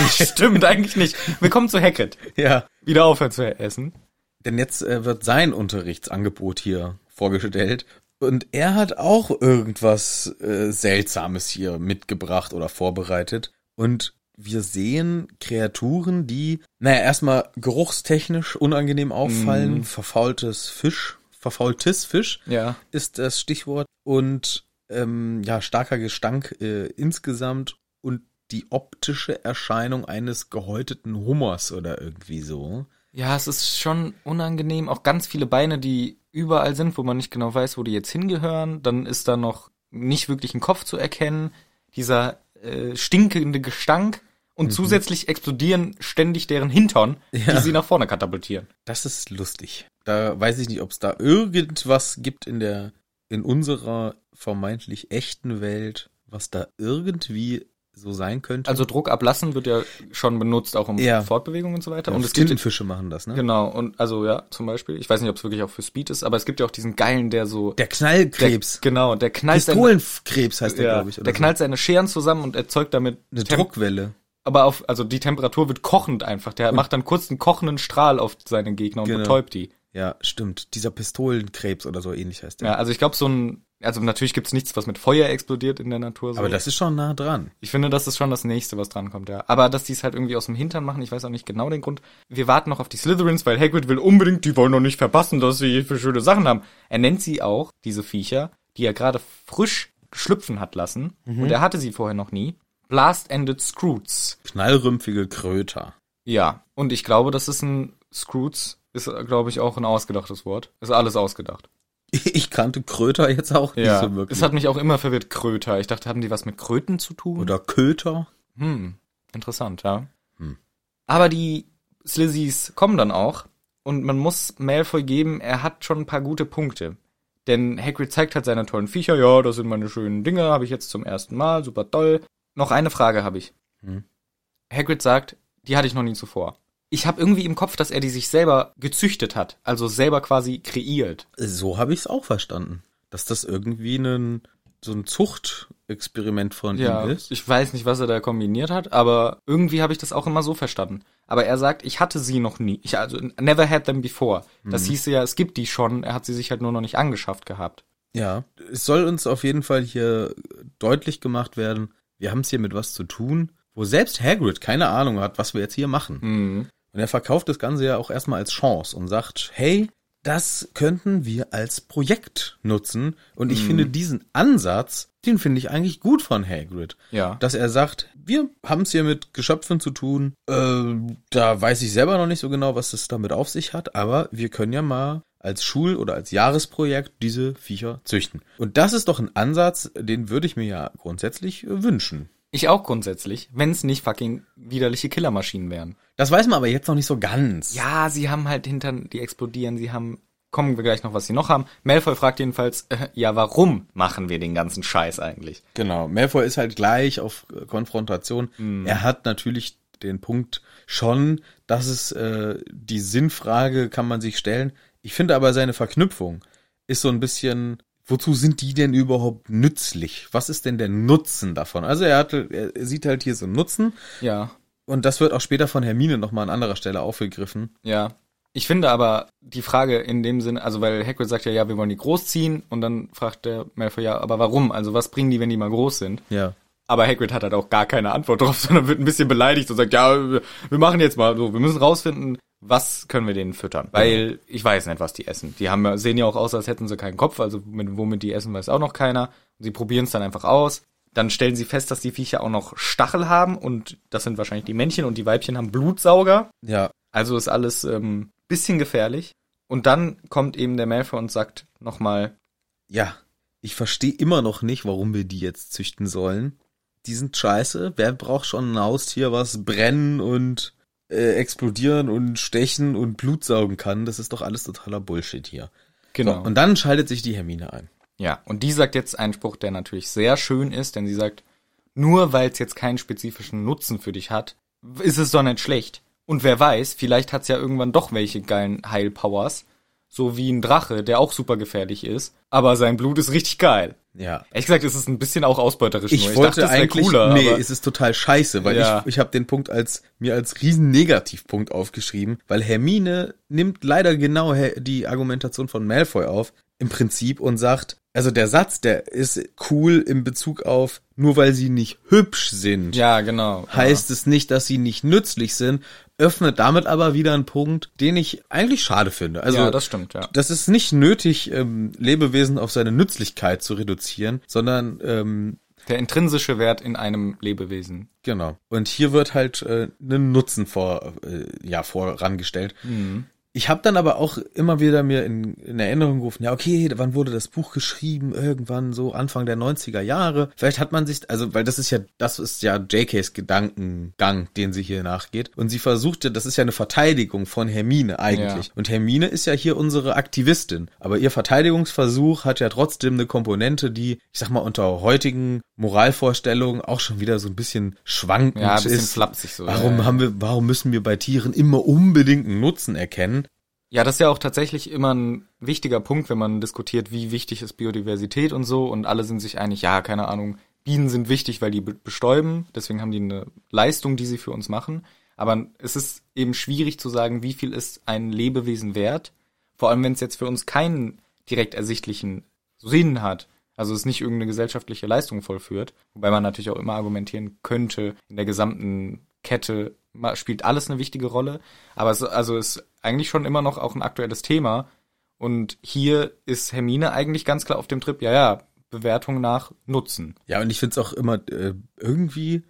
Stimmt eigentlich nicht. Wir kommen zu Hagrid.
Ja.
Wieder aufhören zu essen.
Denn jetzt äh, wird sein Unterrichtsangebot hier vorgestellt. Und er hat auch irgendwas äh, Seltsames hier mitgebracht oder vorbereitet. Und wir sehen Kreaturen, die, naja, erstmal geruchstechnisch unangenehm auffallen. Verfaultes Fisch, verfaultes Fisch
Ja.
ist das Stichwort. Und ähm, ja, starker Gestank äh, insgesamt und die optische Erscheinung eines gehäuteten Hummers oder irgendwie so.
Ja, es ist schon unangenehm. Auch ganz viele Beine, die überall sind, wo man nicht genau weiß, wo die jetzt hingehören. Dann ist da noch nicht wirklich ein Kopf zu erkennen. Dieser äh, stinkende Gestank.
Mhm.
Und zusätzlich explodieren ständig deren Hintern, die sie nach vorne katapultieren.
Das ist lustig. Da weiß ich nicht, ob es da irgendwas gibt in der, in unserer vermeintlich echten Welt, was da irgendwie so sein könnte.
Also Druck ablassen wird ja schon benutzt, auch um
Ja.
Fortbewegung und so weiter.
ja,
Also, und es gibt,
Tintenfische machen das, ne?
Genau, und also ja, zum Beispiel, ich weiß nicht, ob es wirklich auch für Speed ist, aber es gibt ja auch diesen geilen, der so.
Der Knallkrebs.
Der, genau, der knallt
Pistolenkrebs heißt der,
seine, ja,
glaube ich.
der
so.
knallt seine Scheren zusammen und erzeugt damit
eine
Tem-
Druckwelle.
Aber auf, also die Temperatur wird kochend einfach. Der macht dann kurz einen kochenden Strahl auf seine Gegner und
Genau.
betäubt die.
Ja, stimmt. Dieser Pistolenkrebs oder so ähnlich heißt der.
Ja, also ich glaube, so ein. Also natürlich gibt's nichts, was mit Feuer explodiert in der Natur. So.
Aber das ist schon nah dran.
Ich finde, das ist schon das Nächste, was drankommt, ja. Aber dass die es halt irgendwie aus dem Hintern machen, ich weiß auch nicht genau den Grund. Wir warten noch auf die Slytherins, weil Hagrid will unbedingt, die wollen doch nicht verpassen, dass sie hier für schöne Sachen haben. Er nennt sie auch, diese Viecher, die er gerade frisch schlüpfen hat lassen.
Mhm.
Und er hatte sie vorher noch nie. Blast-Ended Scroots.
Knallrümpfige Kröter.
Ja. Und ich glaube, das ist ein Scroots, ist, glaube ich, auch ein ausgedachtes Wort. Ist alles ausgedacht.
Ich kannte Kröter jetzt auch nicht so wirklich.
es hat mich auch immer verwirrt, Kröter. Ich dachte, haben die was mit Kröten zu tun?
oder Köter.
Hm, interessant, ja. Aber die Slizzies kommen dann auch und man muss Malfoy geben, er hat schon ein paar gute Punkte. Denn Hagrid zeigt halt seine tollen Viecher, ja, das sind meine schönen Dinge, habe ich jetzt zum ersten Mal, super toll. Noch eine Frage habe ich.
Hm.
Hagrid sagt, die hatte ich noch nie zuvor. Ich habe irgendwie im Kopf, dass er die sich selber gezüchtet hat, also selber quasi kreiert.
So habe ich es auch verstanden. Dass das irgendwie ein, so ein Zuchtexperiment von ihm ist.
ich weiß nicht, was er da kombiniert hat, aber irgendwie habe ich das auch immer so verstanden. Aber er sagt, ich hatte sie noch nie. Ich also never had them before. Das hieße ja, es gibt die schon, er hat sie sich halt nur noch nicht angeschafft gehabt.
Ja. Es soll uns auf jeden Fall hier deutlich gemacht werden, wir haben es hier mit was zu tun, wo selbst Hagrid keine Ahnung hat, was wir jetzt hier machen. Und er verkauft das Ganze ja auch erstmal als Chance und sagt, hey, das könnten wir als Projekt nutzen. Und ich finde diesen Ansatz, den finde ich eigentlich gut von Hagrid.
Ja.
dass er sagt, wir haben es hier mit Geschöpfen zu tun. Äh, da weiß ich selber noch nicht so genau, was es damit auf sich hat, aber wir können ja mal als Schul- oder als Jahresprojekt diese Viecher züchten. Und das ist doch ein Ansatz, den würde ich mir ja grundsätzlich äh, wünschen.
Ich auch grundsätzlich, wenn es nicht fucking widerliche Killermaschinen wären.
Das weiß man aber jetzt noch nicht so ganz.
Ja, sie haben halt Hintern, die explodieren, sie haben Kommen wir gleich noch, was sie noch haben. Malfoy fragt jedenfalls, äh, ja, warum machen wir den ganzen Scheiß eigentlich?
Genau. Malfoy ist halt gleich auf äh, Konfrontation. Er hat natürlich den Punkt schon, dass es äh, die Sinnfrage kann man sich stellen. Ich finde aber seine Verknüpfung ist so ein bisschen, wozu sind die denn überhaupt nützlich? Was ist denn der Nutzen davon? Also er hat, er sieht halt hier so einen Nutzen
Ja,
und das wird auch später von Hermine nochmal an anderer Stelle aufgegriffen.
ja. Ich finde aber die Frage in dem Sinne, also weil Hagrid sagt ja, ja, wir wollen die großziehen und dann fragt der Malfoy, ja, aber warum? Also was bringen die, wenn die mal groß sind?
Ja.
Aber Hagrid hat halt auch gar keine Antwort drauf, sondern wird ein bisschen beleidigt und sagt, ja, wir wir machen jetzt mal so, wir müssen rausfinden, was können wir denen füttern? Weil ich weiß nicht, was die essen. Die haben, ja- sehen ja auch aus, als hätten sie keinen Kopf, also mit, womit die essen, weiß auch noch keiner. Sie probieren es dann einfach aus. Dann stellen sie fest, dass die Viecher auch noch Stachel haben und das sind wahrscheinlich die Männchen und die Weibchen haben Blutsauger.
Ja.
Also ist alles ähm, bisschen gefährlich. Und dann kommt eben der Malfoy und sagt nochmal,
Ja. Ich verstehe immer noch nicht, warum wir die jetzt züchten sollen. Die sind scheiße. Wer braucht schon ein Haustier, was brennen und äh, explodieren und stechen und Blut saugen kann? Das ist doch alles totaler Bullshit hier.
genau.
Und dann schaltet sich die Hermine ein.
Ja, und die sagt jetzt einen Spruch, der natürlich sehr schön ist, denn sie sagt, nur weil es jetzt keinen spezifischen Nutzen für dich hat, ist es doch nicht schlecht. Und wer weiß, vielleicht hat's ja irgendwann doch welche geilen Heilpowers. So wie ein Drache, der auch super gefährlich ist, aber sein Blut ist richtig geil.
Ja.
Ehrlich gesagt, ist es ein bisschen auch ausbeuterisch.
Ich,
nur.
wollte
es wär
eigentlich,
cooler,
nee,
aber-
es ist total scheiße, weil
Ja.
ich, ich habe den Punkt als mir als riesen Negativpunkt aufgeschrieben, weil Hermine nimmt leider genau he- die Argumentation von Malfoy auf im Prinzip und sagt, also der Satz, der ist cool in Bezug auf nur weil sie nicht hübsch sind,
ja, genau.
heißt es nicht, dass sie nicht nützlich sind, öffnet damit aber wieder einen Punkt, den ich eigentlich schade finde. Also
ja, das stimmt, ja.
das ist nicht nötig, ähm, Lebewesen auf seine Nützlichkeit zu reduzieren, sondern ähm,
Der intrinsische Wert in einem Lebewesen.
Genau. Und hier wird halt äh, ein Nutzen vor, äh, ja, vorangestellt. Ich habe dann aber auch immer wieder mir in, in Erinnerung gerufen, ja, okay, wann wurde das Buch geschrieben? Irgendwann so Anfang der 90er Jahre. Vielleicht hat man sich, also, weil das ist ja, das ist ja JKs Gedankengang, den sie hier nachgeht. Und sie versucht ja, das ist ja eine Verteidigung von Hermine eigentlich.
Ja.
Und Hermine ist ja hier unsere Aktivistin. Aber ihr Verteidigungsversuch hat ja trotzdem eine Komponente, die, ich sag mal, unter heutigen Moralvorstellungen auch schon wieder so ein bisschen schwankend
Ja, ein bisschen
ist.
flapsig so,
Warum
ja.
haben wir, warum müssen wir bei Tieren immer unbedingt einen Nutzen erkennen?
Ja, das ist ja auch tatsächlich immer ein wichtiger Punkt, wenn man diskutiert, wie wichtig ist Biodiversität und so. Und alle sind sich einig, ja, keine Ahnung, Bienen sind wichtig, weil die be- bestäuben. Deswegen haben die eine Leistung, die sie für uns machen. Aber es ist eben schwierig zu sagen, wie viel ist ein Lebewesen wert. Vor allem, wenn es jetzt für uns keinen direkt ersichtlichen Sinn hat. Also es nicht irgendeine gesellschaftliche Leistung vollführt. Wobei man natürlich auch immer argumentieren könnte, in der gesamten Kette ma- spielt alles eine wichtige Rolle. Aber es also ist eigentlich schon immer noch auch ein aktuelles Thema. Und hier ist Hermine eigentlich ganz klar auf dem Trip, ja, ja, Bewertung nach Nutzen.
Ja, und ich find's auch immer äh, irgendwie,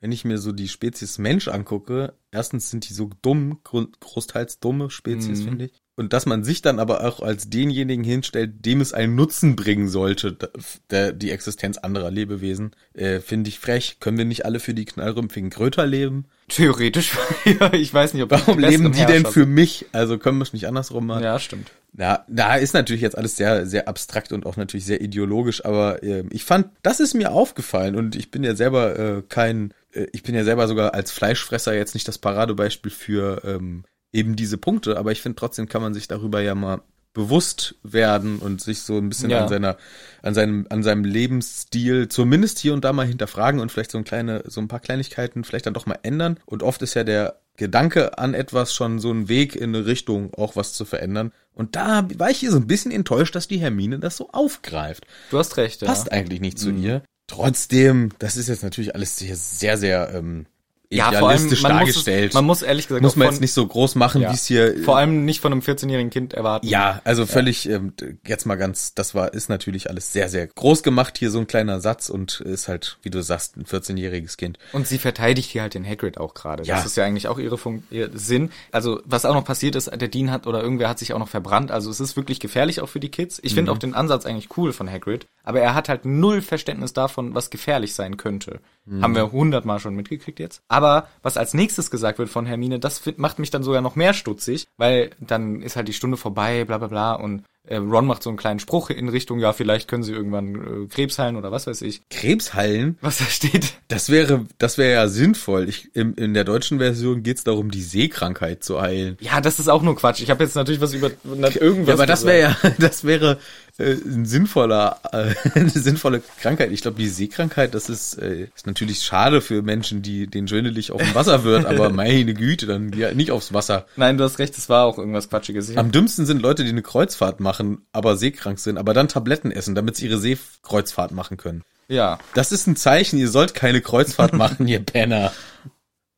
wenn ich mir so die Spezies Mensch angucke, erstens sind die so dumm, gro- großteils dumme Spezies,
Mhm.
finde ich. Und dass man sich dann aber auch als denjenigen hinstellt, dem es einen Nutzen bringen sollte, da- der, die Existenz anderer Lebewesen, äh, finde ich frech. Können wir nicht alle für die knallrümpfigen Kröter leben?
Theoretisch, ja, ich weiß nicht, ob
Warum
besseren
leben die denn
Herrscher
für mich? Also können wir es nicht andersrum machen?
sind. Ja, stimmt.
Ja, da ist natürlich jetzt alles sehr, sehr abstrakt und auch natürlich sehr ideologisch, aber ähm, ich fand, das ist mir aufgefallen und ich bin ja selber äh, kein, äh, ich bin ja selber sogar als Fleischfresser jetzt nicht das Paradebeispiel für ähm, eben diese Punkte, aber ich finde trotzdem kann man sich darüber ja mal bewusst werden und sich so ein bisschen
Ja.
an seiner, an seinem, an seinem Lebensstil zumindest hier und da mal hinterfragen und vielleicht so ein kleine, so ein paar Kleinigkeiten vielleicht dann doch mal ändern. Und oft ist ja der Gedanke an etwas schon so ein Weg in eine Richtung, auch was zu verändern. Und da war ich hier so ein bisschen enttäuscht, dass die Hermine das so aufgreift.
Du hast recht, ja. Mhm.
Passt eigentlich nicht zu ihr. Trotzdem, das ist jetzt natürlich alles hier sehr, sehr ähm,
ja, vor allem,
idealistisch
man muss,
dargestellt.
es, man muss ehrlich gesagt
muss man
auch
jetzt äh, nicht so groß machen,
Ja.
wie es hier
vor allem nicht von einem 14-jährigen Kind erwarten.
ja, also völlig, ähm, d- jetzt mal ganz, das war, ist natürlich alles sehr, sehr groß gemacht, hier so ein kleiner Satz und ist halt, wie du sagst, ein 14-jähriges Kind.
Und sie verteidigt hier halt den Hagrid auch gerade.
Ja.
Das ist ja eigentlich auch ihre Fun ihr Sinn. Also, was auch noch passiert ist, der Dean hat oder irgendwer hat sich auch noch verbrannt. Also, es ist wirklich gefährlich auch für die Kids. Ich finde auch den Ansatz eigentlich cool von Hagrid. Aber er hat halt null Verständnis davon, was gefährlich sein könnte. Haben wir hundertmal schon mitgekriegt jetzt. Aber was als nächstes gesagt wird von Hermine, das fi- macht mich dann sogar noch mehr stutzig, weil dann ist halt die Stunde vorbei, bla bla bla und äh, Ron macht so einen kleinen Spruch in Richtung, ja, vielleicht können sie irgendwann äh, Krebs heilen oder was weiß ich.
Krebsheilen?
Was da steht,
Das wäre, das wäre ja sinnvoll. Ich, in, in der deutschen Version geht's darum, die Seekrankheit zu heilen.
Ja, das ist auch nur Quatsch. Ich habe jetzt natürlich was über na, irgendwas.
Ja, aber das
gesagt.
wäre ja, das wäre äh, ein sinnvoller, äh, eine sinnvolle Krankheit. Ich glaube, die Seekrankheit, das ist, äh, ist natürlich schade für Menschen, die den schwindelig auf dem Wasser wird, aber meine Güte, dann geh halt nicht aufs Wasser.
Nein, du hast recht, es war auch irgendwas Quatschiges. Ich hab,
Am dümmsten sind Leute, die eine Kreuzfahrt machen, aber seekrank sind, aber dann Tabletten essen, damit sie ihre Seekreuzfahrt machen können.
ja.
Das ist ein Zeichen, ihr sollt keine Kreuzfahrt machen, ihr Penner.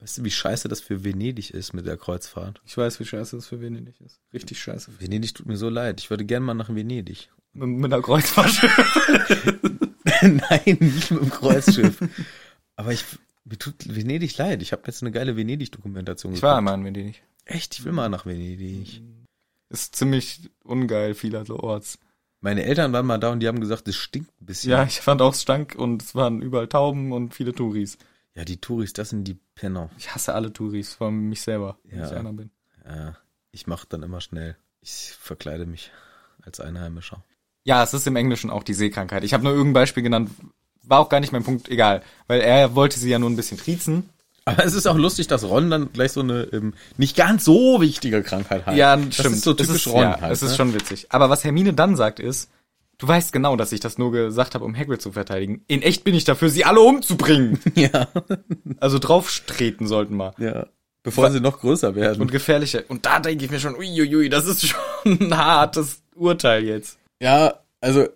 Weißt du, wie scheiße das für Venedig ist mit der Kreuzfahrt?
Ich weiß, wie scheiße das für Venedig ist. Richtig scheiße.
Venedig tut mir so leid. Ich würde gern mal nach Venedig.
Mit, mit einer Kreuzfahrt.
Nein, nicht mit dem Kreuzschiff. Aber ich, mir tut Venedig leid. Ich habe jetzt eine geile Venedig-Dokumentation
Ich war
geguckt.
einmal in Venedig.
Echt, ich will mal nach Venedig.
Ist ziemlich ungeil vielerorts.
Meine Eltern waren mal da und die haben gesagt, es stinkt ein bisschen.
Ja, ich fand auch es stank und es waren überall Tauben und viele Touris.
ja die Touris, das sind die Penner.
Ich hasse alle Touris, vor allem mich selber, wenn
Ja.
ich einer bin.
Ja, ich mache dann immer schnell. Ich verkleide mich als Einheimischer.
Ja, es ist im Englischen auch die Seekrankheit. Ich habe nur irgendein Beispiel genannt. War auch gar nicht mein Punkt, egal. Weil er wollte sie ja nur ein bisschen triezen.
Aber es ist auch lustig, dass Ron dann gleich so eine ähm, nicht ganz so wichtige Krankheit hat.
Ja,
das
stimmt.
ist so
Es
typisch
ist,
Ron
ja,
halt.
Es ist
ne?
schon witzig. Aber was Hermine dann sagt ist, du weißt genau, dass ich das nur gesagt habe, um Hagrid zu verteidigen. In echt bin ich dafür, sie alle umzubringen.
ja,
also drauftreten sollten mal.
ja. Bevor sie noch größer werden.
Und gefährlicher. Und da denke ich mir schon, uiuiui, das ist schon ein hartes Urteil jetzt.
ja, also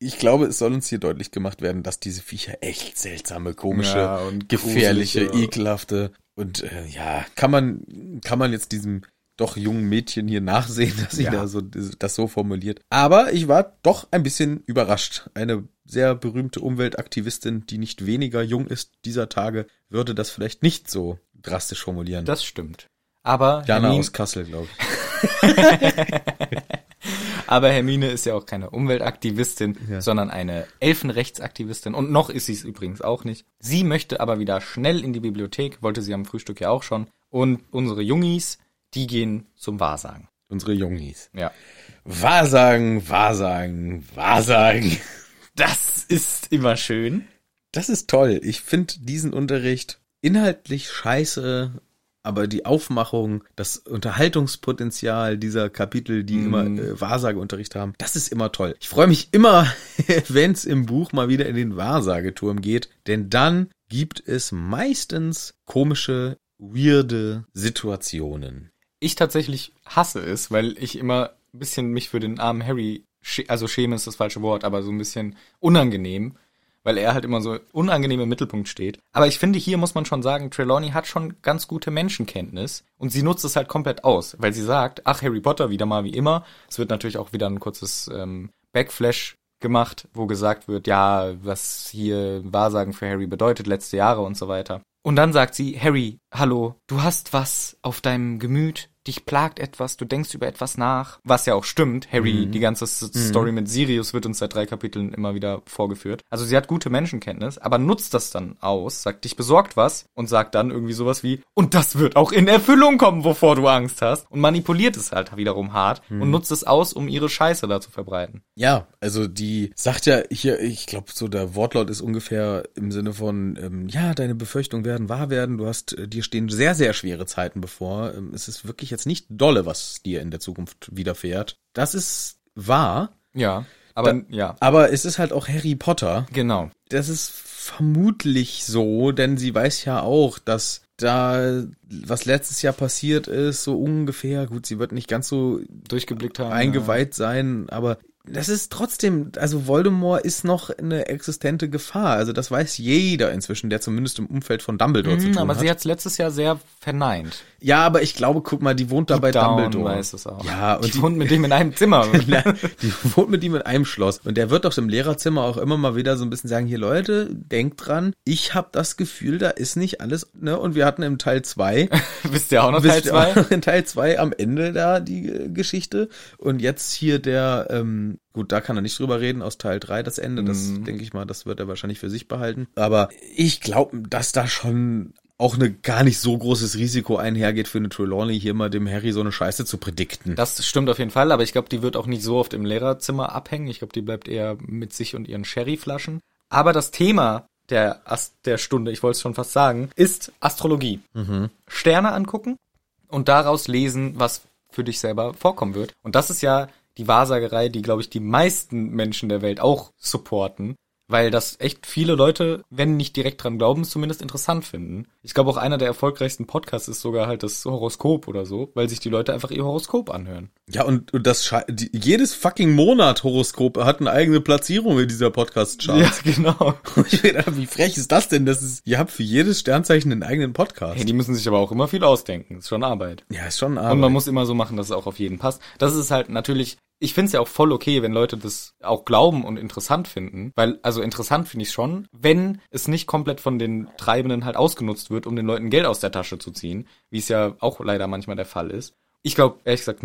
ich glaube, es soll uns hier deutlich gemacht werden, dass diese Viecher echt seltsame, komische,
Ja, und
gefährliche,
gruselige.
ekelhafte und äh, ja, kann man kann man jetzt diesem doch jungen Mädchen hier nachsehen, dass sie
Ja.
da so das so formuliert. Aber ich war doch ein bisschen überrascht. Eine sehr berühmte Umweltaktivistin, die nicht weniger jung ist dieser Tage, würde das vielleicht nicht so drastisch formulieren.
Das stimmt. Aber
Jana
Hermine,
aus Kassel, glaube ich.
aber Hermine ist ja auch keine Umweltaktivistin,
Ja.
sondern eine Elfenrechtsaktivistin. Und noch ist sie es übrigens auch nicht. Sie möchte aber wieder schnell in die Bibliothek, wollte sie am Frühstück ja auch schon. Und unsere Jungis, die gehen zum Wahrsagen.
Unsere Jungis.
Ja.
Wahrsagen, Wahrsagen, Wahrsagen.
Das ist immer schön.
Das ist toll. Ich finde diesen Unterricht inhaltlich scheiße, aber die Aufmachung, das Unterhaltungspotenzial dieser Kapitel, die immer äh, Wahrsageunterricht haben, das ist immer toll. Ich freue mich immer, wenn es im Buch mal wieder in den Wahrsageturm geht, denn dann gibt es meistens komische, weirde Situationen.
Ich tatsächlich hasse es, weil ich immer ein bisschen mich für den armen Harry, schä- also schäme ist das falsche Wort, aber so ein bisschen unangenehm, weil er halt immer so unangenehm im Mittelpunkt steht. Aber ich finde, hier muss man schon sagen, Trelawney hat schon ganz gute Menschenkenntnis und sie nutzt es halt komplett aus, weil sie sagt, ach, Harry Potter wieder mal wie immer. Es wird natürlich auch wieder ein kurzes ähm, Backflash gemacht, wo gesagt wird, ja, was hier Wahrsagen für Harry bedeutet, letzte Jahre und so weiter. Und dann sagt sie, Harry, hallo, du hast was auf deinem Gemüt, dich plagt etwas, du denkst über etwas nach. Was ja auch stimmt, Harry,
Mhm.
die ganze S- Story mit Sirius wird uns seit drei Kapiteln immer wieder vorgeführt. Also sie hat gute Menschenkenntnis, aber nutzt das dann aus, sagt, dich besorgt was und sagt dann irgendwie sowas wie, und das wird auch in Erfüllung kommen, wovor du Angst hast. Und manipuliert es halt wiederum hart
Mhm.
und nutzt es aus, um ihre Scheiße da zu verbreiten.
Ja, also die sagt ja hier, ich glaube so der Wortlaut ist ungefähr im Sinne von, ähm, ja, deine Befürchtungen werden wahr werden, du hast, äh, dir stehen sehr, sehr schwere Zeiten bevor. Ähm, es ist wirklich jetzt nicht dolle, was dir in der Zukunft widerfährt. Das ist wahr,
Ja. Aber
Da-
ja,
aber es ist halt auch Harry Potter.
genau.
Das ist vermutlich so, denn sie weiß ja auch, dass da, was letztes Jahr passiert ist, so ungefähr, gut, sie wird nicht ganz so
Durchgeblickt haben.
eingeweiht sein, aber das ist trotzdem, also Voldemort ist noch eine existente Gefahr. Also das weiß jeder inzwischen, der zumindest im Umfeld von Dumbledore zu
Hm,
tun
aber
hat.
sie hat es letztes Jahr sehr verneint.
ja, aber ich glaube, guck mal, die wohnt da bei
Down
Dumbledore.
weiß es auch.
Ja,
und
und
die,
die,
wohnt mit dem in einem Zimmer.
na, die wohnt mit ihm in einem Schloss. Und der wird doch im Lehrerzimmer auch immer mal wieder so ein bisschen sagen, hier Leute, denkt dran, ich habe das Gefühl, da ist nicht alles, ne? Und wir hatten im Teil zwei
Wisst ihr auch noch Teil
Wisst ihr auch
2?
noch in Teil 2 am Ende da die äh, Geschichte. Und jetzt hier der, ähm, gut, da kann er nicht drüber reden, aus Teil 3 das
Mhm.
Ende, das denke ich mal, das wird er wahrscheinlich für sich behalten. Aber ich glaube, dass da schon auch eine gar nicht so großes Risiko einhergeht für eine Trelawney, hier mal dem Harry so eine Scheiße zu predikten.
Das stimmt auf jeden Fall, aber ich glaube, die wird auch nicht so oft im Lehrerzimmer abhängen. Ich glaube, die bleibt eher mit sich und ihren Sherryflaschen. Aber das Thema der, Ast der Stunde, ich wollte es schon fast sagen, ist Astrologie. Sterne angucken und daraus lesen, was für dich selber vorkommen wird. Und das ist ja die Wahrsagerei, die, glaube ich, die meisten Menschen der Welt auch supporten, weil das echt viele Leute, wenn nicht direkt dran glauben, zumindest interessant finden. Ich glaube, auch einer der erfolgreichsten Podcasts ist sogar halt das Horoskop oder so, weil sich die Leute einfach ihr Horoskop anhören.
Ja, und, und das sche- die, jedes fucking Monat Horoskop hat eine eigene Platzierung in dieser Podcast-Chart.
Ja, genau.
Ich bin, wie frech ist das denn? Das ist, ihr habt für jedes Sternzeichen einen eigenen Podcast.
Hey, die müssen sich aber auch immer viel ausdenken. Ist schon Arbeit.
ja, ist schon
Und
Arbeit.
man muss immer so machen, dass es auch auf jeden passt. Das ist halt natürlich, ich finde es ja auch voll okay, wenn Leute das auch glauben und interessant finden. Weil, also interessant finde ich schon, wenn es nicht komplett von den Treibenden halt ausgenutzt wird, um den Leuten Geld aus der Tasche zu ziehen, wie es ja auch leider manchmal der Fall ist. Ich glaube, ehrlich gesagt,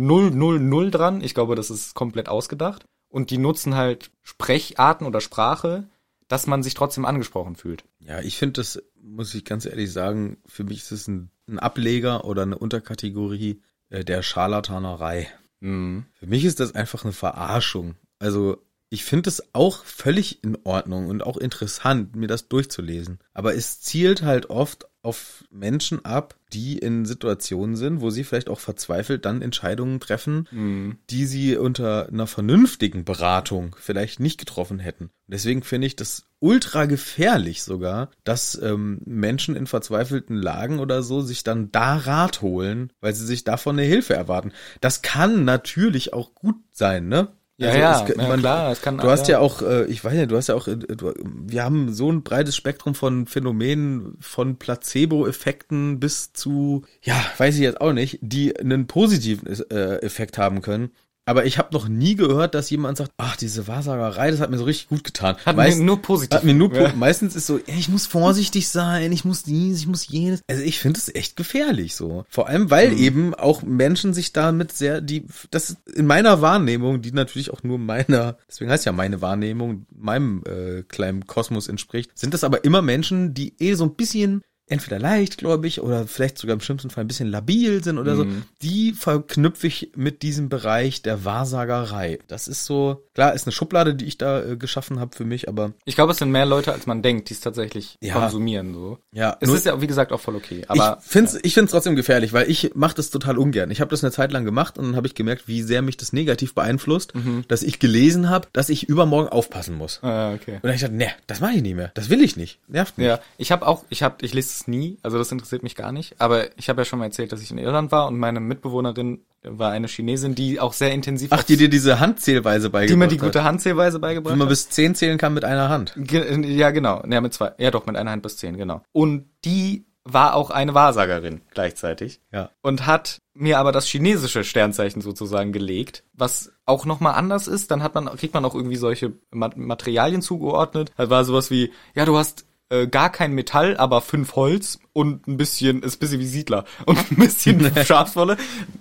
0,000 dran. Ich glaube, das ist komplett ausgedacht. Und die nutzen halt Sprecharten oder Sprache, dass man sich trotzdem angesprochen fühlt.
ja, ich finde das, muss ich ganz ehrlich sagen, für mich ist es ein, ein Ableger oder eine Unterkategorie äh, der Scharlatanerei.
Mhm.
Für mich ist das einfach eine Verarschung. Also ich finde es auch völlig in Ordnung und auch interessant, mir das durchzulesen. Aber es zielt halt oft auf Menschen ab, die in Situationen sind, wo sie vielleicht auch verzweifelt dann Entscheidungen treffen,
Mhm.
die sie unter einer vernünftigen Beratung vielleicht nicht getroffen hätten. Deswegen finde ich das ultra gefährlich sogar, dass ähm, Menschen in verzweifelten Lagen oder so sich dann da Rat holen, weil sie sich davon eine Hilfe erwarten. Das kann natürlich auch gut sein, ne?
Ja,
Also
ja,
es kann-
ja,
man-
klar, es kann
Du hast ja auch, äh, ich weiß ja, du hast ja auch, äh, du, wir haben so ein breites Spektrum von Phänomenen, von Placebo-Effekten bis zu, ja, weiß ich jetzt auch nicht, die einen positiven äh, Effekt haben können. Aber ich habe noch nie gehört, dass jemand sagt, ach, diese Wahrsagerei, das hat mir so richtig gut getan.
Hat
Meist-
mir nur positiv.
hat mir nur, po-
Ja.
meistens ist so, ey, ich muss vorsichtig sein, ich muss dies, ich muss jenes. Also ich finde es echt gefährlich so. Vor allem, weil eben auch Menschen sich damit sehr, die, das ist in meiner Wahrnehmung, die natürlich auch nur meiner, deswegen heißt ja meine Wahrnehmung, meinem äh, kleinen Kosmos entspricht, sind das aber immer Menschen, die eh so ein bisschen entweder leichtgläubig oder vielleicht sogar im schlimmsten Fall ein bisschen labil sind oder so, die verknüpfe ich mit diesem Bereich der Wahrsagerei. Das ist so, klar, ist eine Schublade, die ich da äh, geschaffen habe für mich, aber
Ich glaube, es sind mehr Leute, als man denkt, die es tatsächlich
Ja.
konsumieren. So.
Ja,
es
nur-
ist ja, wie gesagt, auch voll okay. Aber
ich find's, ich find's trotzdem gefährlich, weil ich mache das total ungern. Ich habe das eine Zeit lang gemacht und dann habe ich gemerkt, wie sehr mich das negativ beeinflusst,
Mhm.
dass ich gelesen habe, dass ich übermorgen aufpassen muss. Und
äh, okay.
dann hab ich dachte, nee, das mache ich nicht mehr. Das will ich nicht. Nervt mich.
Ja, ich habe auch, ich habe, ich lese es nie, also das interessiert mich gar nicht. Aber ich habe ja schon mal erzählt, dass ich in Irland war und meine Mitbewohnerin war eine Chinesin, die auch sehr intensiv,
Ach, die dir diese Handzählweise
die
beigebracht
mir die
hat.
gute Handzählweise
Wie
beigebracht
man
hat.
bis zehn zählen kann mit einer Hand.
Ge- Ja, genau. Ja, mit zwei. Ja, doch, mit einer Hand bis zehn, genau. Und die war auch eine Wahrsagerin gleichzeitig.
Ja.
Und hat mir aber das chinesische Sternzeichen sozusagen gelegt, was auch nochmal anders ist. Dann hat man, kriegt man auch irgendwie solche Ma Materialien zugeordnet. Da war sowas wie, ja, du hast äh, gar kein Metall, aber fünf Holz und ein bisschen, ist ein bisschen wie Siedler und ein bisschen Schafswolle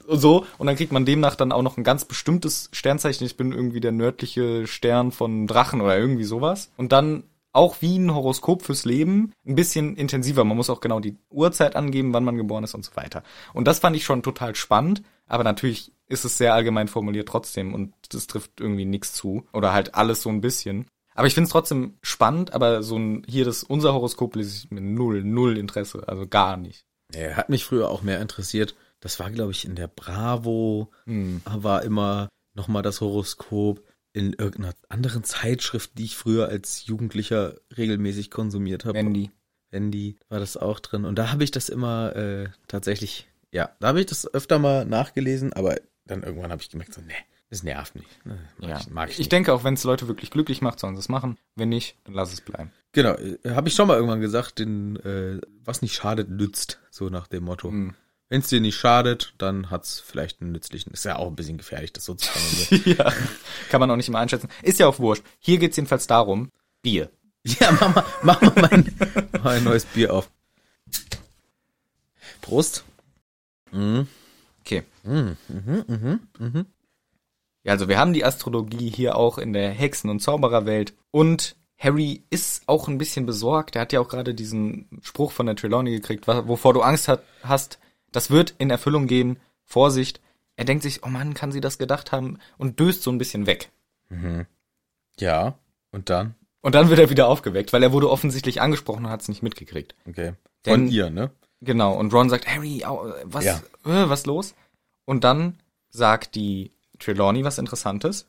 und so. Und dann kriegt man demnach dann auch noch ein ganz bestimmtes Sternzeichen. Ich bin irgendwie der nördliche Stern von Drachen oder irgendwie sowas. Und dann auch wie ein Horoskop fürs Leben ein bisschen intensiver. Man muss auch genau die Uhrzeit angeben, wann man geboren ist und so weiter. Und das fand ich schon total spannend, aber natürlich ist es sehr allgemein formuliert trotzdem und das trifft irgendwie nichts zu oder halt alles so ein bisschen. Aber ich finde es trotzdem spannend, aber so ein hier das unser Horoskop lese ich mit null null Interesse, also gar nicht.
Nee, hat mich früher auch mehr interessiert. Das war, glaube ich, in der Bravo,
Hm.
war immer nochmal das Horoskop in irgendeiner anderen Zeitschrift, die ich früher als Jugendlicher regelmäßig konsumiert habe.
Wendy.
Wendy war das auch drin. Und da habe ich das immer äh, tatsächlich, ja, da habe ich das öfter mal nachgelesen, aber dann irgendwann habe ich gemerkt, so, nee, das nervt mich. Ne, mag
Ja.
ich, mag ich,
ich
nicht.
denke auch, wenn es Leute wirklich glücklich macht, sollen sie es machen. Wenn nicht, dann lass es bleiben.
Genau, äh, habe ich schon mal irgendwann gesagt, den, äh, was nicht schadet, nützt, so nach dem Motto. Wenn es dir nicht schadet, dann hat's vielleicht einen nützlichen. Ist ja auch ein bisschen gefährlich, das so zu formulieren.
ja. Kann man auch nicht immer einschätzen. Ist ja auch wurscht. Hier geht's jedenfalls darum, Bier.
ja, mach mal, mach mal mein, mein neues Bier auf. Prost. Mhm.
Okay.
Mhm. Mhm. Mhm. Mhm.
Ja, also wir haben die Astrologie hier auch in der Hexen- und Zaubererwelt und Harry ist auch ein bisschen besorgt. Er hat ja auch gerade diesen Spruch von der Trelawney gekriegt, wa- wovor du Angst hat, hast. Das wird in Erfüllung gehen. Vorsicht. Er denkt sich, oh Mann, kann sie das gedacht haben? Und döst so ein bisschen weg.
Ja. Und dann?
Und dann wird er wieder aufgeweckt, weil er wurde offensichtlich angesprochen und hat es nicht mitgekriegt.
Okay. Von
Denn-
ihr, ne?
Genau, und Ron sagt, Harry, au, was,
Ja.
äh, was los? Und dann sagt die Trelawney was Interessantes.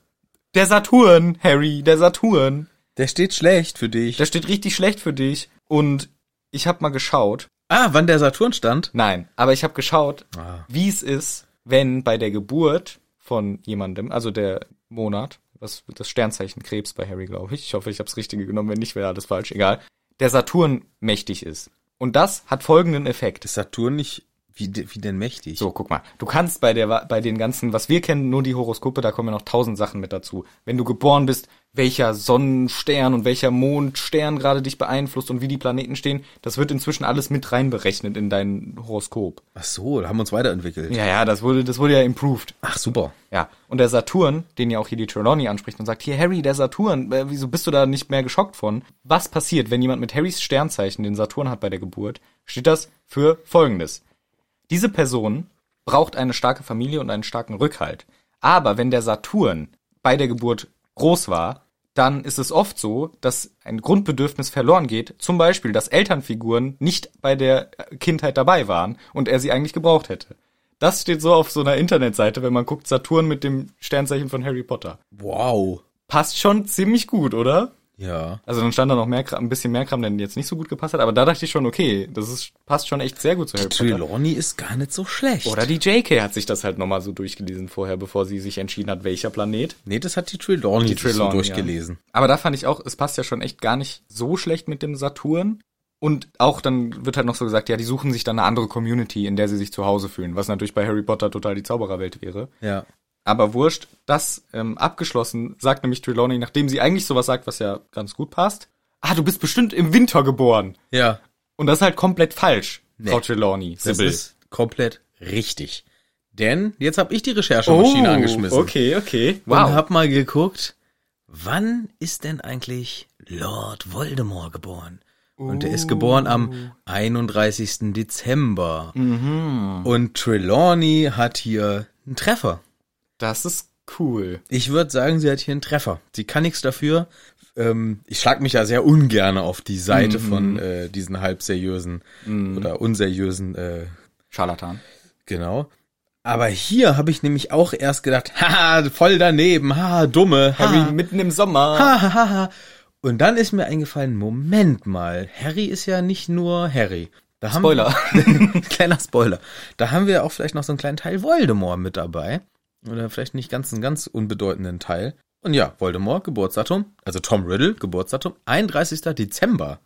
Der Saturn, Harry, der Saturn.
Der steht schlecht für dich.
Der steht richtig schlecht für dich. Und ich habe mal geschaut.
ah, wann der Saturn stand?
Nein, aber ich habe geschaut,
Ah.
wie es ist, wenn bei der Geburt von jemandem, also der Monat, was das Sternzeichen Krebs bei Harry, glaube ich. Ich hoffe, ich habe das Richtige genommen. Wenn nicht, wäre alles falsch. Egal. Der Saturn mächtig ist. Und das hat folgenden Effekt.
Ist Saturn nicht wie, de- wie denn mächtig?
So, guck mal. Du kannst bei der, bei den ganzen, was wir kennen, nur die Horoskope, da kommen ja noch tausend Sachen mit dazu. Wenn du geboren bist, welcher Sonnenstern und welcher Mondstern gerade dich beeinflusst und wie die Planeten stehen, das wird inzwischen alles mit reinberechnet in dein Horoskop.
Ach so, da haben wir uns weiterentwickelt.
Ja, ja, das wurde, das wurde ja improved.
Ach, super.
Ja. Und der Saturn, den ja auch hier die Trelawney anspricht und sagt, hier Harry, der Saturn, äh, wieso bist du da nicht mehr geschockt von? Was passiert, wenn jemand mit Harrys Sternzeichen den Saturn hat bei der Geburt? Steht das für Folgendes. Diese Person braucht eine starke Familie und einen starken Rückhalt. Aber wenn der Saturn bei der Geburt groß war, dann ist es oft so, dass ein Grundbedürfnis verloren geht. Zum Beispiel, dass Elternfiguren nicht bei der Kindheit dabei waren und er sie eigentlich gebraucht hätte. Das steht so auf so einer Internetseite, wenn man guckt, Saturn mit dem Sternzeichen von Harry Potter.
Wow.
Passt schon ziemlich gut, oder?
Ja.
Also dann stand da noch mehr, Kram- ein bisschen mehr Kram, der jetzt nicht so gut gepasst hat, aber da dachte ich schon, okay, das ist, passt schon echt sehr gut zu Harry Potter.
Trelawney ist gar nicht so schlecht.
Oder die JK hat sich das halt nochmal so durchgelesen vorher, bevor sie sich entschieden hat, welcher Planet.
Nee, das hat die Trelawney,
Die
sich so
Trelawney,
durchgelesen.
Ja. Aber da fand ich auch, es passt ja schon echt gar nicht so schlecht mit dem Saturn. Und auch dann wird halt noch so gesagt, ja, die suchen sich dann eine andere Community, in der sie sich zu Hause fühlen, was natürlich bei Harry Potter total die Zaubererwelt wäre.
Ja.
Aber wurscht, das ähm, abgeschlossen, sagt nämlich Trelawney, nachdem sie eigentlich sowas sagt, was ja ganz gut passt. Ah, du bist bestimmt im Winter geboren.
Ja.
Und das ist halt komplett falsch,
Nee.
Frau Trelawney.
Das
Sibyl.
ist komplett richtig. Denn jetzt habe ich die Recherchemaschine angeschmissen
Oh, Okay, okay.
und habe mal geguckt, wann ist denn eigentlich Lord Voldemort geboren? Und er ist geboren am 31. Dezember. Und Trelawney hat hier einen Treffer.
Das ist cool.
Ich würde sagen, sie hat hier einen Treffer. Sie kann nichts dafür. Ähm, ich schlag mich ja sehr ungern auf die Seite von äh, diesen halbseriösen oder unseriösen, äh,
Scharlatan.
genau. Aber hier habe ich nämlich auch erst gedacht, haha, voll daneben, haha, dumme,
Harry
haha,
mitten im Sommer.
haha, haha. Und dann ist mir eingefallen, Moment mal, Harry ist ja nicht nur Harry. Da haben,
Spoiler.
Kleiner Spoiler. Da haben wir auch vielleicht noch so einen kleinen Teil Voldemort mit dabei. Oder vielleicht nicht ganz einen ganz unbedeutenden Teil. Und ja, Voldemort, Geburtsdatum, also Tom Riddle, Geburtsdatum, 31. Dezember.